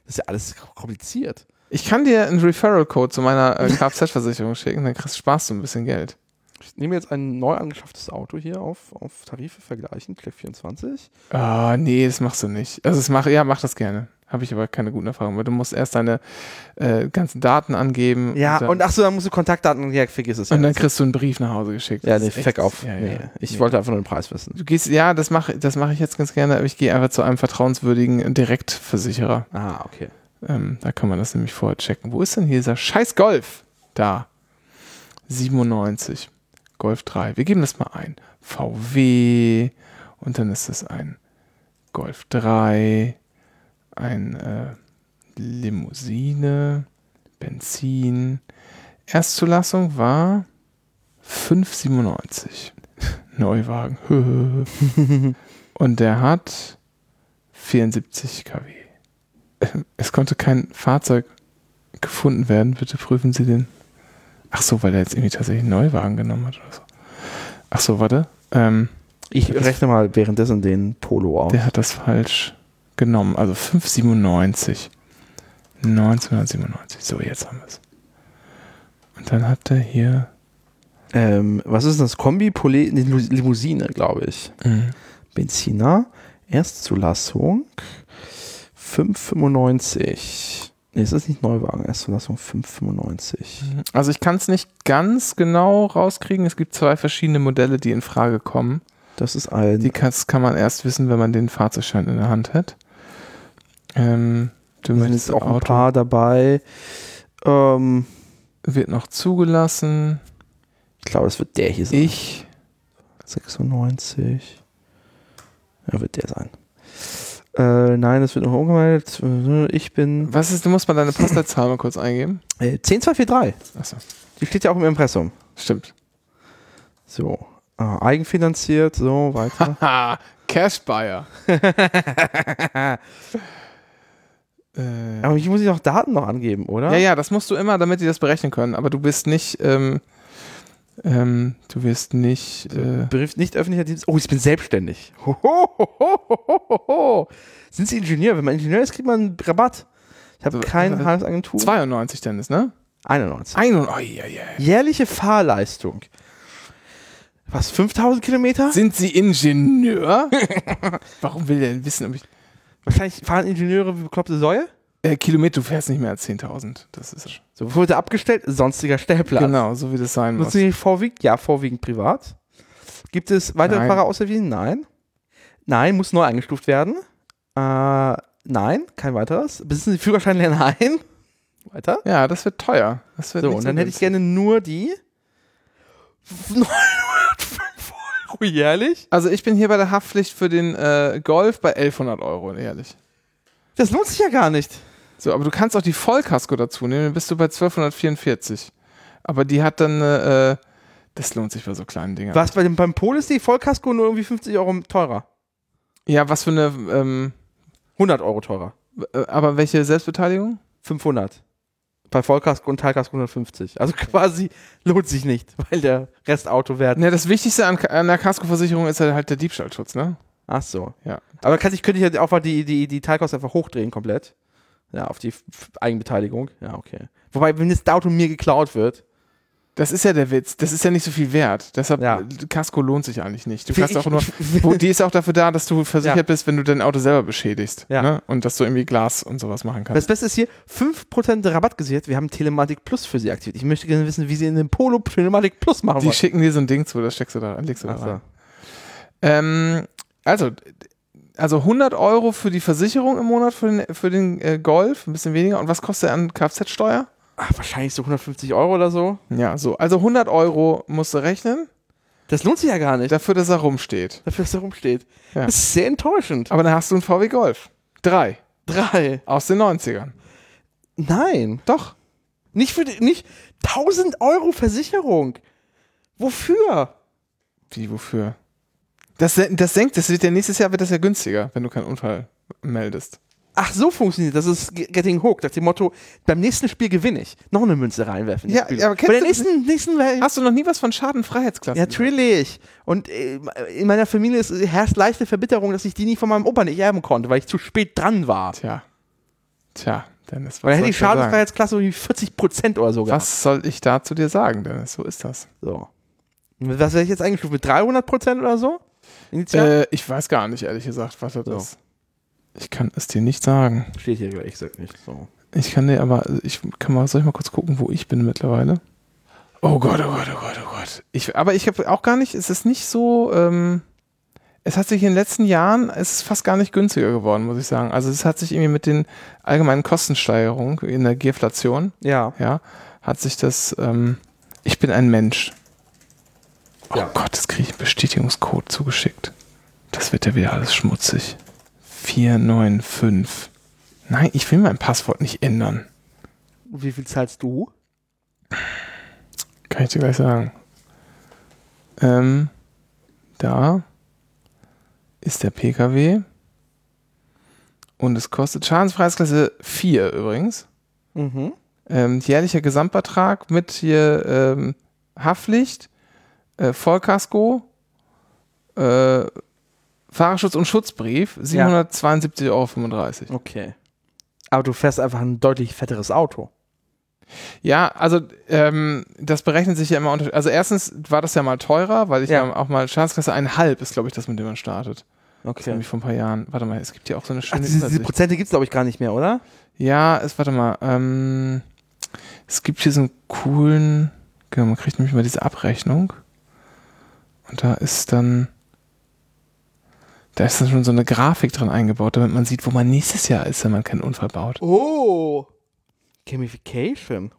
Speaker 2: Das ist ja alles kompliziert.
Speaker 1: ich kann dir einen Referral-Code zu meiner
Speaker 2: (laughs)
Speaker 1: äh, Kfz-Versicherung schicken, dann kriegst, sparst du ein bisschen Geld.
Speaker 2: Ich nehme jetzt ein neu angeschafftes Auto hier auf, auf Tarife vergleichen, Click 24.
Speaker 1: Ah, nee, das machst du nicht. Also, das mach, ja, mach das gerne. Habe ich aber keine guten Erfahrungen, weil du musst erst deine äh, ganzen Daten angeben.
Speaker 2: Ja,
Speaker 1: dann-
Speaker 2: und ach so, dann musst du Kontaktdaten, ja, vergiss es.
Speaker 1: Und
Speaker 2: ja,
Speaker 1: dann kriegst du einen Brief nach Hause geschickt.
Speaker 2: ja
Speaker 1: Das
Speaker 2: nee,
Speaker 1: ist echt-
Speaker 2: fuck auf.
Speaker 1: Ja, ja.
Speaker 2: Nee, ich
Speaker 1: Nee.
Speaker 2: wollte einfach nur den Preis wissen.
Speaker 1: Du gehst, ja, das mache das mach ich jetzt ganz gerne, aber ich gehe einfach zu einem vertrauenswürdigen Direktversicherer.
Speaker 2: Ah, okay.
Speaker 1: Ähm, da kann man das nämlich vorher checken. Wo ist denn hier dieser scheiß Golf? Da. 97. Golf 3. Wir geben das mal ein. VW. Und dann ist es ein Golf 3. Ein äh, Limousine. Benzin. Erstzulassung war (laughs) 5,97. Neuwagen. (laughs) Und der hat 74 kW. Es konnte kein Fahrzeug gefunden werden. Bitte prüfen Sie den. Ach so, weil er jetzt irgendwie tatsächlich einen Neuwagen genommen hat oder so. Ach so, warte. Ähm,
Speaker 2: Ich rechne mal währenddessen den Polo auf.
Speaker 1: der hat das falsch genommen. Also 597. 1997. So, jetzt haben wir es. Und dann hat er hier.
Speaker 2: Ähm, was ist das? Kombi, Pole, nee, Lu- Limousine, glaube ich.
Speaker 1: Mhm.
Speaker 2: Benziner, Erstzulassung 5,95. Nee, ist das nicht Neuwagen? Erstzulassung 5,95.
Speaker 1: Also, ich kann es nicht ganz genau rauskriegen. Es gibt zwei verschiedene Modelle, die in Frage kommen.
Speaker 2: Das ist ein.
Speaker 1: Die kann, das kann man erst wissen, wenn man den Fahrzeugschein in der Hand hat. Ähm, du
Speaker 2: sind
Speaker 1: möchtest
Speaker 2: jetzt auch
Speaker 1: Auto
Speaker 2: ein paar dabei. Ähm,
Speaker 1: wird noch zugelassen.
Speaker 2: ich glaube, das wird der hier sein.
Speaker 1: Ich
Speaker 2: 96. Ja, wird der sein. Äh, nein, das wird noch umgemeldet. Ich bin
Speaker 1: Was ist, du musst mal deine Postleitzahl mal kurz eingeben.
Speaker 2: äh, 10243.
Speaker 1: Achso,
Speaker 2: Die steht ja auch im Impressum.
Speaker 1: stimmt.
Speaker 2: So. Ah, eigenfinanziert, so weiter.
Speaker 1: Ha, Cash Buyer. (laughs) äh,
Speaker 2: Aber ich muss ja auch Daten noch angeben, oder?
Speaker 1: ja, ja, das musst du immer, damit die das berechnen können. Aber du bist nicht, ähm, ähm, du wirst nicht, äh,
Speaker 2: Beruf nicht öffentlicher Dienst. Oh, ich bin selbstständig. (laughs) Ho, ho, ho, ho, ho, ho, ho. Sind Sie Ingenieur? Wenn man Ingenieur ist, kriegt man einen Rabatt. Ich habe
Speaker 1: Äh,
Speaker 2: keine
Speaker 1: äh,
Speaker 2: Handelsagentur.
Speaker 1: 92 Dennis, ne?
Speaker 2: 91.
Speaker 1: 91, oh, ja, ja.
Speaker 2: Jährliche Fahrleistung. Was, 5000 Kilometer?
Speaker 1: Sind Sie Ingenieur? (laughs) Warum will der denn wissen, ob ich.
Speaker 2: Wahrscheinlich fahren Ingenieure wie bekloppte Säue.
Speaker 1: Äh, Kilometer, du fährst nicht mehr als 10.000. Das ist.
Speaker 2: So wurde abgestellt, sonstiger Stellplatz.
Speaker 1: Genau, so wie das sein muss.
Speaker 2: Nutzen Sie vorwiegend? Ja, vorwiegend privat. Gibt es weitere
Speaker 1: Nein.
Speaker 2: Fahrer außer Wien? Nein. Nein, muss neu eingestuft werden. Äh, nein, kein weiteres. Besitzen Sie Führerschein (laughs) Lern ein? Weiter.
Speaker 1: Ja, das wird teuer. Das wird
Speaker 2: So,
Speaker 1: nicht
Speaker 2: und dann hätte ich
Speaker 1: günstig.
Speaker 2: gerne nur die 905 (laughs) Euro jährlich.
Speaker 1: Also ich bin hier bei der Haftpflicht für den äh, Golf bei 1100 Euro, ehrlich.
Speaker 2: Das lohnt sich ja gar nicht.
Speaker 1: So, aber du kannst auch die Vollkasko dazu nehmen, dann bist du bei 1244. Aber die hat dann, äh, äh, das lohnt sich bei so kleinen Dingern.
Speaker 2: Was bei dem, beim Pol ist die Vollkasko nur irgendwie 50 Euro teurer.
Speaker 1: Ja, was für eine, ähm,
Speaker 2: 100 Euro teurer.
Speaker 1: äh, aber welche Selbstbeteiligung?
Speaker 2: 500. Bei Vollkasko und Teilkasko 150. Also (laughs) quasi lohnt sich nicht, weil der Rest Autowert.
Speaker 1: Ne, das Wichtigste an, an der Kaskoversicherung ist halt halt der Diebstahlschutz, ne?
Speaker 2: Ach so.
Speaker 1: Ja.
Speaker 2: Aber kann ich, könnte ich halt auch mal die, die, die Teilkosten einfach hochdrehen komplett. Ja, auf die F- F- Eigenbeteiligung. Ja, okay. Wobei, wenn das Auto mir geklaut wird,
Speaker 1: Das ist ja der Witz. Das ist ja nicht so viel wert. Deshalb,
Speaker 2: Ja.
Speaker 1: äh, Kasko lohnt sich eigentlich nicht. Du
Speaker 2: Wie
Speaker 1: kannst
Speaker 2: (laughs) ich-
Speaker 1: auch nur, wo, die ist auch dafür da, dass du versichert
Speaker 2: Ja.
Speaker 1: bist, wenn du dein Auto selber beschädigst.
Speaker 2: Ja.
Speaker 1: Ne? Und dass du irgendwie Glas und sowas machen kannst.
Speaker 2: Das Beste ist hier, 5% Rabatt gesichert. Wir haben Telematik Plus für Sie aktiviert. Ich möchte gerne wissen, wie Sie in dem Polo Telematik Plus machen
Speaker 1: Die
Speaker 2: wollen.
Speaker 1: schicken dir so ein Ding zu, das steckst du da, legst du da
Speaker 2: Ach so.
Speaker 1: rein. Ähm, also, also 100 Euro für die Versicherung im Monat für den, für den äh, Golf, ein bisschen weniger. Und was kostet er an Kfz-Steuer?
Speaker 2: Ach, wahrscheinlich so 150 Euro oder so.
Speaker 1: Ja, so. Also 100 Euro musst du rechnen,
Speaker 2: Das lohnt sich ja gar nicht,
Speaker 1: dafür, dass er rumsteht.
Speaker 2: dafür, dass da rumsteht.
Speaker 1: Ja.
Speaker 2: Das ist sehr enttäuschend.
Speaker 1: Aber dann hast du einen VW Golf. Drei.
Speaker 2: Drei.
Speaker 1: Aus den 90ern.
Speaker 2: Nein.
Speaker 1: Doch.
Speaker 2: Nicht für die, nicht 1000 Euro Versicherung. Wofür?
Speaker 1: Wie, wofür? Das, sen- das senkt, das wird ja nächstes Jahr wird das ja günstiger, wenn du keinen Unfall meldest.
Speaker 2: Ach, so funktioniert das. Das ist ge- Getting Hooked. Nach dem Motto, beim nächsten Spiel gewinne ich. Noch eine Münze reinwerfen. ins
Speaker 1: Ja,
Speaker 2: Spiel.
Speaker 1: ja, aber
Speaker 2: Bei der
Speaker 1: kennst
Speaker 2: nächsten, nächsten Welt.
Speaker 1: Hast du noch nie was von Schadenfreiheitsklassen?
Speaker 2: Hm? Ja, Natürlich. Und äh, in meiner Familie ist, herrscht leichte Verbitterung, dass ich die nicht von meinem Opa nicht erben konnte, weil ich zu spät dran war.
Speaker 1: Tja. Tja, Dennis.
Speaker 2: Weil
Speaker 1: soll
Speaker 2: hätte die
Speaker 1: ich dir sagen?
Speaker 2: Schadensfreiheitsklasse irgendwie 40 Prozent oder so gehabt.
Speaker 1: Was soll ich da zu dir sagen, Dennis? So ist das.
Speaker 2: So. Und Was wäre ich jetzt eingestuft? Mit 300 Prozent oder so? Initial?
Speaker 1: Äh, ich weiß gar nicht, ehrlich gesagt, was das
Speaker 2: So.
Speaker 1: ist. Ich kann es dir nicht sagen.
Speaker 2: Äh, Steht hier gleich, sagt nicht. So.
Speaker 1: Ich kann dir aber, ich kann mal, soll ich mal kurz gucken, wo ich bin mittlerweile? Oh Gott, oh Gott, oh Gott, oh Gott. Ich, aber ich habe auch gar nicht, es ist nicht so, ähm, es hat sich in den letzten Jahren, es ist fast gar nicht günstiger geworden, muss ich sagen. Also es hat sich irgendwie mit den allgemeinen Kostensteigerungen in der Geflation,
Speaker 2: Ja.
Speaker 1: ja, hat sich das, ähm, ich bin ein Mensch. Oh
Speaker 2: Ja.
Speaker 1: Gott, jetzt kriege ich einen Bestätigungscode zugeschickt. Das wird ja wieder alles schmutzig. 495. Nein, ich will mein Passwort nicht ändern.
Speaker 2: Und Wie viel zahlst du?
Speaker 1: Kann ich dir gleich sagen. Ähm, da ist der PKW. Und es kostet Schadensfreiheitsklasse 4 übrigens.
Speaker 2: Mhm.
Speaker 1: Ähm, jährlicher Gesamtbetrag mit hier ähm, Haftpflicht, äh, Vollkasko, äh, Fahrerschutz und Schutzbrief 772,35 Euro.
Speaker 2: Okay. Aber du fährst einfach ein deutlich fetteres Auto.
Speaker 1: Ja, also ähm, das berechnet sich ja immer unter. Also erstens war das ja mal teurer, weil ich
Speaker 2: Ja.
Speaker 1: ja, auch mal Schadensklasse 1,5 ist, glaube ich, das, mit dem man startet. Das ist
Speaker 2: Okay.
Speaker 1: nämlich vor ein paar Jahren. Warte mal, es gibt ja auch so eine
Speaker 2: Ach,
Speaker 1: schöne
Speaker 2: Also diese, diese
Speaker 1: Übersicht.
Speaker 2: Prozente gibt es, glaube ich, gar nicht mehr, oder?
Speaker 1: Ja, es, warte mal. Ähm, es gibt hier so einen coolen. Genau, man kriegt nämlich mal diese Abrechnung. Und da ist dann. Da ist dann schon so eine Grafik drin eingebaut, damit man sieht, wo man nächstes Jahr ist, wenn man keinen Unfall baut.
Speaker 2: Oh. Gamification.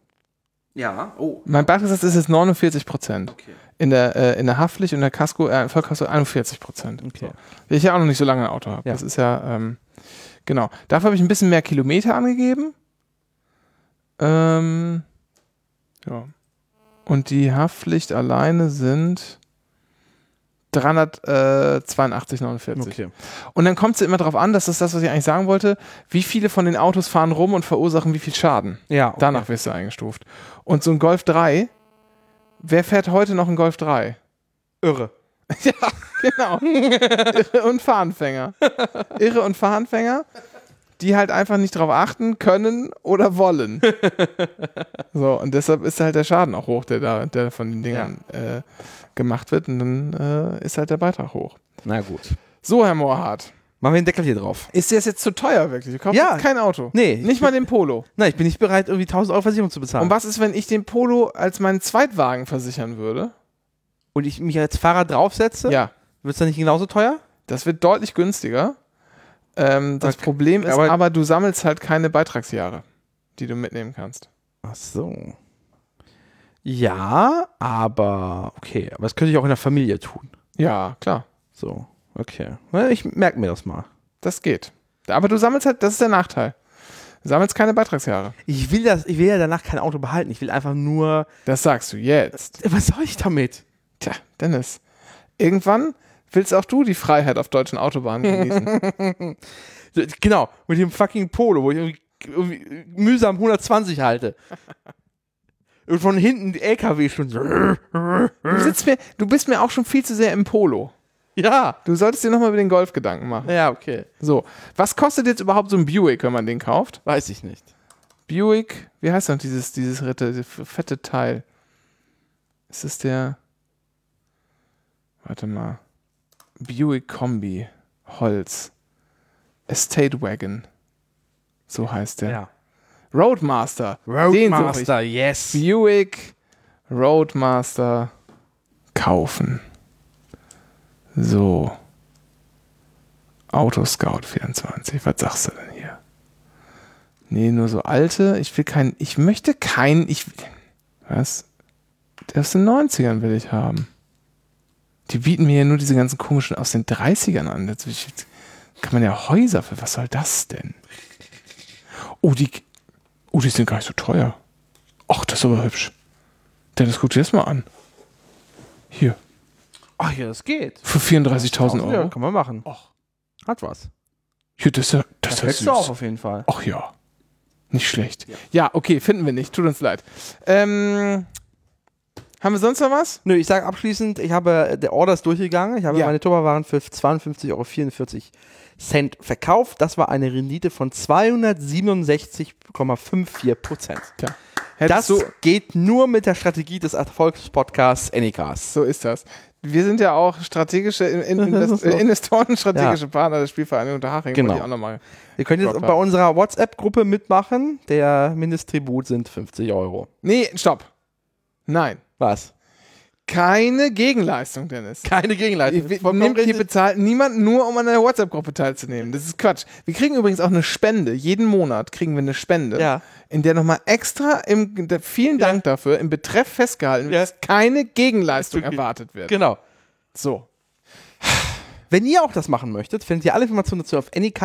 Speaker 2: Ja, oh,
Speaker 1: Mein Beitragssatz ist jetzt 49 Prozent.
Speaker 2: okay.
Speaker 1: In der, äh, in der Haftpflicht und der Kasko, äh, Vollkasko 41 Prozent.
Speaker 2: Okay.
Speaker 1: So. Ich ja auch noch nicht so lange ein Auto habe.
Speaker 2: Ja.
Speaker 1: Das ist ja, ähm, genau. Dafür habe ich ein bisschen mehr Kilometer angegeben. Ähm, ja. Und die Haftpflicht alleine sind 382,49.
Speaker 2: Okay.
Speaker 1: Und dann kommt es immer darauf an, das ist das, was ich eigentlich sagen wollte, wie viele von den Autos fahren rum und verursachen wie viel Schaden.
Speaker 2: Ja, okay.
Speaker 1: Danach wirst du eingestuft. Und so ein Golf 3, wer fährt heute noch einen Golf 3?
Speaker 2: Irre.
Speaker 1: ja, genau. Irre und Fahranfänger. Irre und Fahranfänger, die halt einfach nicht drauf achten können oder wollen. So, und deshalb ist halt der Schaden auch hoch, der, da, der von den Dingern äh, gemacht wird. Und dann äh, ist halt der Beitrag hoch.
Speaker 2: Na gut.
Speaker 1: So, Herr Mohrhardt.
Speaker 2: Machen wir den Deckel hier drauf.
Speaker 1: Ist dir das jetzt zu teuer wirklich? Du kaufst
Speaker 2: Ja.
Speaker 1: jetzt kein Auto.
Speaker 2: Nee.
Speaker 1: Nicht mal den Polo.
Speaker 2: Nein, ich bin nicht bereit, irgendwie 1000 Euro Versicherung zu bezahlen.
Speaker 1: Und was ist, wenn ich den Polo als meinen Zweitwagen versichern würde?
Speaker 2: Und ich mich als Fahrer draufsetze?
Speaker 1: Ja.
Speaker 2: Wird es dann nicht genauso teuer?
Speaker 1: Das wird deutlich günstiger. Ähm, das
Speaker 2: Okay.
Speaker 1: Problem ist aber,
Speaker 2: Aber-
Speaker 1: du sammelst halt keine Beitragsjahre, die du mitnehmen kannst.
Speaker 2: Ach so. Ja, aber okay. Aber das könnte ich auch in der Familie tun.
Speaker 1: Ja, klar.
Speaker 2: So, okay. Na, Ich merke mir das mal.
Speaker 1: Das geht. Aber du sammelst halt, das ist der Nachteil. Du sammelst keine Beitragsjahre.
Speaker 2: Ich will, das, ich will ja danach kein Auto behalten. Ich will einfach nur.
Speaker 1: Das sagst du jetzt.
Speaker 2: Was soll ich damit?
Speaker 1: Tja, Dennis. Irgendwann willst auch du die Freiheit auf deutschen Autobahnen (laughs) genießen.
Speaker 2: So, Genau, mit dem fucking Polo, wo ich irgendwie, irgendwie mühsam 120 halte. Und von hinten die LKW schon. so- (laughs)
Speaker 1: du, sitzt mir, du bist mir auch schon viel zu sehr im Polo.
Speaker 2: Ja.
Speaker 1: Du solltest dir nochmal über den Golf Gedanken machen.
Speaker 2: Ja, okay.
Speaker 1: So, was kostet jetzt überhaupt so ein Buick, wenn man den kauft?
Speaker 2: Weiß ich nicht.
Speaker 1: Buick, wie heißt noch dieses, dieses Ritter, dieses fette Teil? Ist es der. Warte mal. Buick Kombi. Holz. Estate Wagon. So heißt der. Roadmaster. Den suche ich.
Speaker 2: Roadmaster, yes.
Speaker 1: Buick Roadmaster kaufen. So. Autoscout 24. Was sagst du denn hier? Nee, nur so alte. Ich will keinen. Ich möchte keinen. Ich. Was? Der aus den 90ern will ich haben. Die bieten mir ja nur diese ganzen komischen aus den 30ern an. Jetzt ich, kann man ja Häuser für. Was soll das denn? Oh, die. Oh, die sind gar nicht so teuer. Ach, das ist aber hübsch. Dennis, guck dir das mal an. Hier,
Speaker 2: Ach ja, das geht.
Speaker 1: für 34.000
Speaker 2: Ja,
Speaker 1: Euro.
Speaker 2: kann man machen.
Speaker 1: Och.
Speaker 2: Hat was.
Speaker 1: Hier, das ist ja, das
Speaker 2: Das
Speaker 1: ist
Speaker 2: hättest
Speaker 1: ja
Speaker 2: du auch
Speaker 1: süß.
Speaker 2: auf jeden Fall.
Speaker 1: Ach ja, nicht schlecht. Ja. okay, finden wir nicht. Tut uns leid. Ähm, haben wir sonst noch was?
Speaker 2: Nö, ich sage abschließend, ich habe, äh, der Order ist durchgegangen. Ich habe
Speaker 1: Ja.
Speaker 2: meine Tupperwaren für 52,44 Euro verkauft. Das war eine Rendite von 267,54 Prozent.
Speaker 1: Tja.
Speaker 2: Das
Speaker 1: Hättest du,
Speaker 2: geht nur mit der Strategie des Erfolgspodcasts Anycast.
Speaker 1: so ist das. Wir sind ja auch strategische In-
Speaker 2: (laughs)
Speaker 1: In-
Speaker 2: Das ist
Speaker 1: Invest-
Speaker 2: so.
Speaker 1: äh, Investoren, strategische
Speaker 2: Ja.
Speaker 1: Partner der Spielvereinigung Unterhaching.
Speaker 2: Genau.
Speaker 1: Wollte ich auch noch mal.
Speaker 2: Ihr könnt jetzt
Speaker 1: Gott,
Speaker 2: bei unserer WhatsApp-Gruppe mitmachen. Der Mindesttribut sind 50 Euro.
Speaker 1: Nee, stopp. Nein.
Speaker 2: Was?
Speaker 1: Keine Gegenleistung, Dennis.
Speaker 2: Keine Gegenleistung.
Speaker 1: Ihr-
Speaker 2: Vollkommen
Speaker 1: Nimmt, ihr
Speaker 2: richtig.
Speaker 1: bezahlt niemanden nur, um an der WhatsApp-Gruppe teilzunehmen. Das ist Quatsch. Wir kriegen übrigens auch eine Spende. Jeden Monat kriegen wir eine Spende,
Speaker 2: Ja.
Speaker 1: in der nochmal extra, im, da, vielen Dank dafür, im Betreff festgehalten wird,
Speaker 2: Ja.
Speaker 1: dass keine Gegenleistung
Speaker 2: Okay.
Speaker 1: erwartet wird.
Speaker 2: Genau.
Speaker 1: So.
Speaker 2: Wenn ihr auch das machen möchtet, findet ihr alle Informationen dazu auf nikst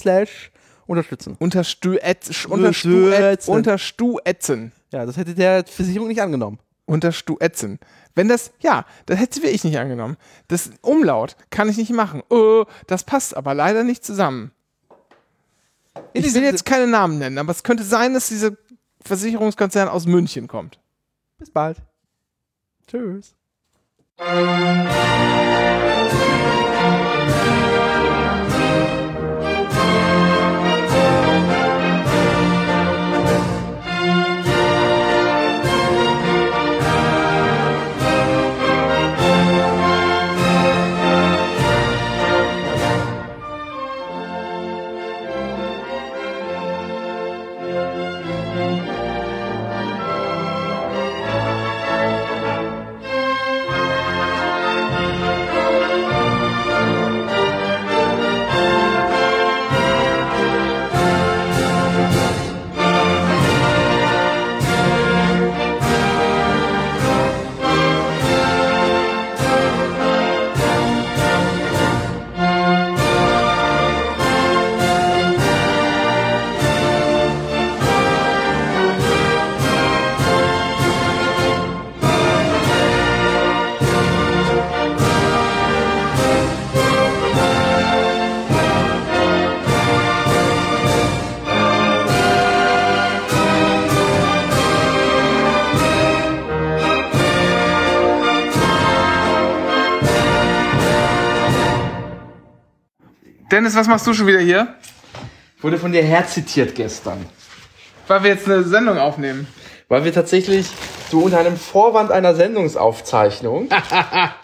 Speaker 2: slash unterstützen.
Speaker 1: Unterstuätzen. Unterstuätzen. Unterstuätzen.
Speaker 2: Ja, das hätte der Versicherung nicht angenommen.
Speaker 1: Unterstuätzen. Wenn das, ja, das hätte ich nicht angenommen. Das Umlaut kann ich nicht machen. Oh, das passt aber leider nicht zusammen. Ich will jetzt keine Namen nennen, aber es könnte sein, dass dieser Versicherungskonzern aus München kommt.
Speaker 2: bis bald. Tschüss.
Speaker 1: Dennis, was machst du schon wieder hier?
Speaker 2: Wurde von dir herzitiert gestern.
Speaker 1: Weil wir jetzt eine Sendung aufnehmen.
Speaker 2: Weil wir tatsächlich, du unter einem Vorwand
Speaker 1: (laughs)
Speaker 2: einer Sendungsaufzeichnung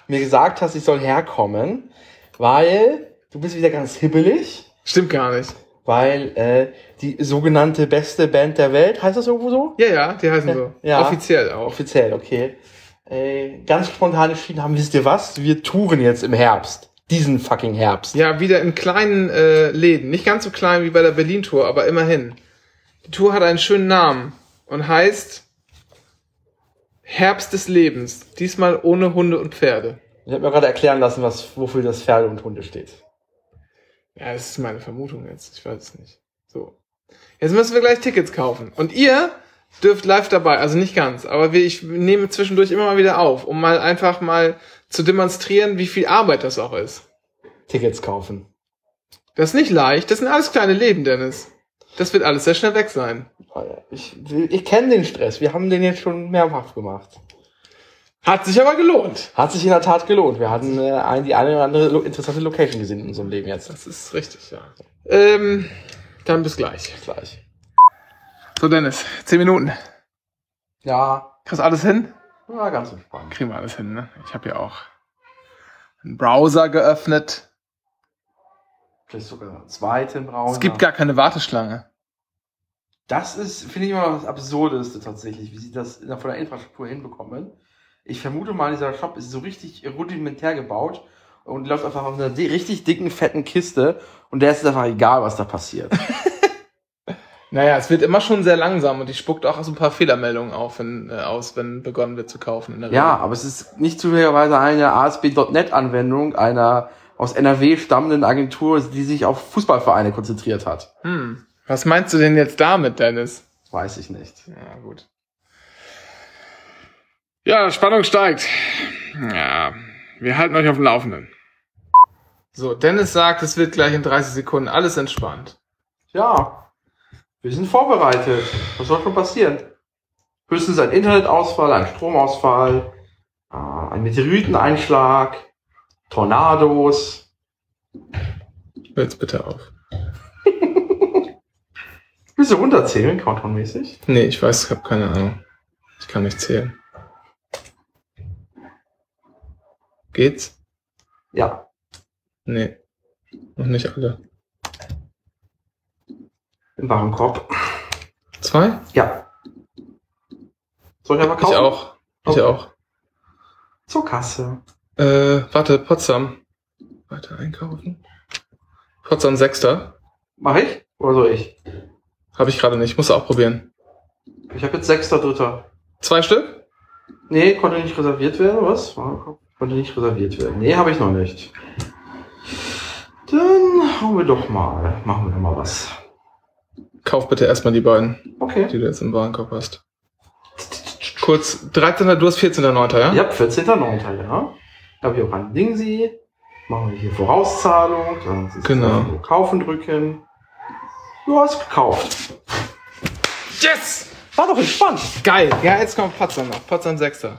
Speaker 2: mir gesagt hast, ich soll herkommen, weil du bist wieder ganz hibbelig,
Speaker 1: Stimmt gar nicht.
Speaker 2: weil äh, die sogenannte beste Band der Welt, heißt das irgendwo so?
Speaker 1: Ja, ja, die heißen so.
Speaker 2: Ja.
Speaker 1: Offiziell auch.
Speaker 2: Offiziell, okay. Äh, ganz spontan entschieden haben, wisst ihr was? Wir touren jetzt im Herbst. Diesen fucking Herbst.
Speaker 1: Ja, wieder in kleinen äh, Läden. Nicht ganz so klein wie bei der Berlin-Tour, aber immerhin. Die Tour hat einen schönen Namen und heißt Herbst des Lebens. Diesmal ohne Hunde und Pferde.
Speaker 2: Ich habe mir gerade erklären lassen, was, wofür das Pferde und Hunde steht.
Speaker 1: Ja, das ist meine Vermutung jetzt. Ich weiß es nicht. So. Jetzt müssen wir gleich Tickets kaufen. Und ihr dürft live dabei, also nicht ganz, aber wir, ich nehme zwischendurch immer mal wieder auf, um mal einfach mal zu demonstrieren, wie viel Arbeit das auch ist.
Speaker 2: Tickets kaufen.
Speaker 1: Das ist nicht leicht. Das sind alles kleine Läden, Dennis. Das wird alles sehr schnell weg sein.
Speaker 2: Ich, ich kenne den Stress. Wir haben den jetzt schon mehrfach gemacht.
Speaker 1: Hat sich aber gelohnt.
Speaker 2: Hat sich in der Tat gelohnt. Wir hatten äh, ein, die eine oder andere lo interessante Location gesehen in unserem Leben jetzt.
Speaker 1: Das ist richtig, ja. Ähm, dann bis gleich.
Speaker 2: Bis gleich.
Speaker 1: So, Dennis, zehn Minuten.
Speaker 2: Ja,
Speaker 1: Kriegst du alles hin?
Speaker 2: war ganz entspannt.
Speaker 1: Kriegen wir alles hin, ne? Ich habe ja auch einen Browser geöffnet.
Speaker 2: Vielleicht sogar einen zweiten Browser.
Speaker 1: Es gibt gar keine Warteschlange.
Speaker 2: das ist, finde ich, immer noch das Absurdeste tatsächlich, wie sie das in der- von der Infrastruktur hinbekommen. Ich vermute mal, dieser Shop ist so richtig rudimentär gebaut und läuft einfach auf einer di- richtig dicken, fetten Kiste und der ist einfach egal, was da passiert.
Speaker 1: Naja, es wird immer schon sehr langsam und die spuckt auch so ein paar Fehlermeldungen auf, wenn, äh, aus, wenn begonnen wird zu kaufen. In der
Speaker 2: Ja,
Speaker 1: Regel.
Speaker 2: aber es ist nicht zufälligerweise eine ASB.NET-Anwendung einer aus NRW stammenden Agentur, die sich auf Fußballvereine konzentriert hat.
Speaker 1: Hm. Was meinst du denn jetzt damit, Dennis?
Speaker 2: Weiß ich nicht.
Speaker 1: Ja, gut. Ja, Spannung steigt. Ja, wir halten euch auf dem Laufenden. So, Dennis sagt, es wird gleich in 30 Sekunden alles entspannt.
Speaker 2: Ja, wir sind vorbereitet. Was soll schon passieren? Höchstens ein Internetausfall, ein Stromausfall, äh, ein Meteoriteneinschlag, Tornados.
Speaker 1: Hör jetzt bitte auf.
Speaker 2: Willst du runterzählen, Countdown-mäßig?
Speaker 1: Nee, ich weiß, ich habe keine Ahnung. Ich kann nicht zählen. Geht's?
Speaker 2: Ja.
Speaker 1: Nee. Noch nicht alle.
Speaker 2: Im Warenkorb.
Speaker 1: Zwei?
Speaker 2: Ja. Soll ich einfach
Speaker 1: Ich
Speaker 2: kaufen?
Speaker 1: auch. Ich
Speaker 2: Okay.
Speaker 1: auch.
Speaker 2: Zur Kasse.
Speaker 1: Äh, warte, Potsdam. Weiter einkaufen. Potsdam Sechster.
Speaker 2: Mach ich? Oder soll ich?
Speaker 1: Habe ich gerade nicht. Muss auch probieren.
Speaker 2: Ich habe jetzt sechster, dritter.
Speaker 1: Zwei Stück?
Speaker 2: Nee, konnte nicht reserviert werden, was? Warte, Konnte nicht reserviert werden. Nee, habe ich noch nicht. Dann hauen wir doch mal. Machen wir mal was.
Speaker 1: Kauf bitte erstmal die beiden,
Speaker 2: Okay.
Speaker 1: die du jetzt im Warenkorb hast. Kurz, 13. Du hast 14.9., ja?
Speaker 2: Ja, 14.9. ja. Da habe ich auch ein Dingsi. Machen wir hier Vorauszahlung. Dann ist es
Speaker 1: Genau.
Speaker 2: irgendwo Kaufen drücken. Du hast gekauft.
Speaker 1: Yes!
Speaker 2: War doch entspannt.
Speaker 1: Geil. Ja, jetzt kommt Potsdam noch. Potsdam Sechster.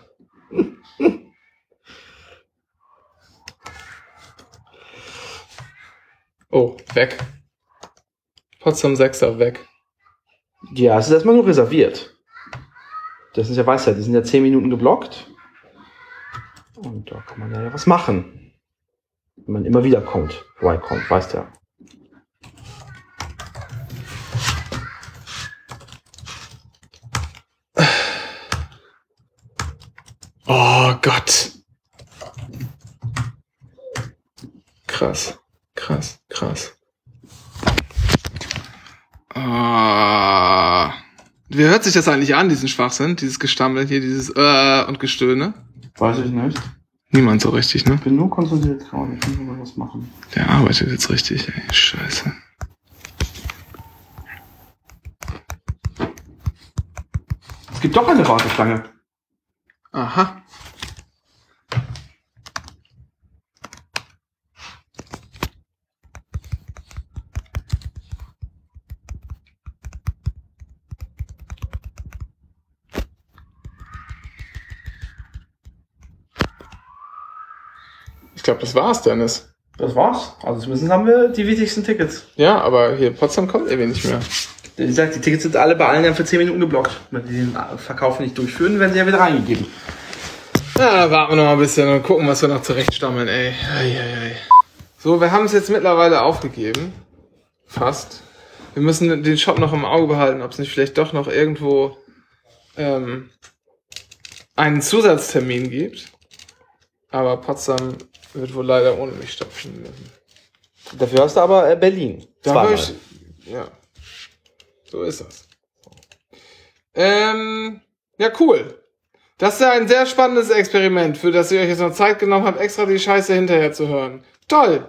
Speaker 1: Oh, weg. Potsdam Sechster, weg.
Speaker 2: Ja, es ist erstmal nur reserviert. Das ist ja Weisheit. Die sind ja 10 Minuten geblockt. Und da kann man ja was machen. Wenn man immer wieder kommt, vorbeikommt, weißt ja.
Speaker 1: Oh Gott. Krass, krass, krass. Ah. Wie hört sich das eigentlich an, diesen Schwachsinn? Dieses Gestammel hier, dieses äh und Gestöhne?
Speaker 2: Weiß ich nicht.
Speaker 1: Niemand so richtig, ne?
Speaker 2: Bin nur konzentriert gerade. Ich muss mal was machen.
Speaker 1: Der arbeitet jetzt richtig, ey. Scheiße.
Speaker 2: Es gibt doch eine Warteschlange.
Speaker 1: Aha. Ich glaube, das war's, Dennis.
Speaker 2: Das war's. Also zumindest haben wir die wichtigsten Tickets.
Speaker 1: Ja, aber hier, Potsdam kommt irgendwie nicht mehr.
Speaker 2: Wie gesagt, die Tickets sind alle bei allen dann für 10 Minuten geblockt. Wenn die den Verkauf nicht durchführen, werden sie ja wieder reingegeben.
Speaker 1: Na, dann warten wir noch mal ein bisschen und gucken, was wir noch zurechtstammeln, ey. Eieiei. So, wir haben es jetzt mittlerweile aufgegeben. Fast. Wir müssen den Shop noch im Auge behalten, ob es nicht vielleicht doch noch irgendwo ähm, einen Zusatztermin gibt. Aber Potsdam wird wohl leider ohne mich stattfinden. müssen.
Speaker 4: Dafür hast du aber äh, Berlin.
Speaker 1: Da
Speaker 4: Zweimal.
Speaker 1: hab ich, ja. So ist das. Ähm, ja, cool. Das ist ja ein sehr spannendes Experiment, für das ihr euch jetzt noch Zeit genommen habt, extra die Scheiße hinterher zu hören. Toll.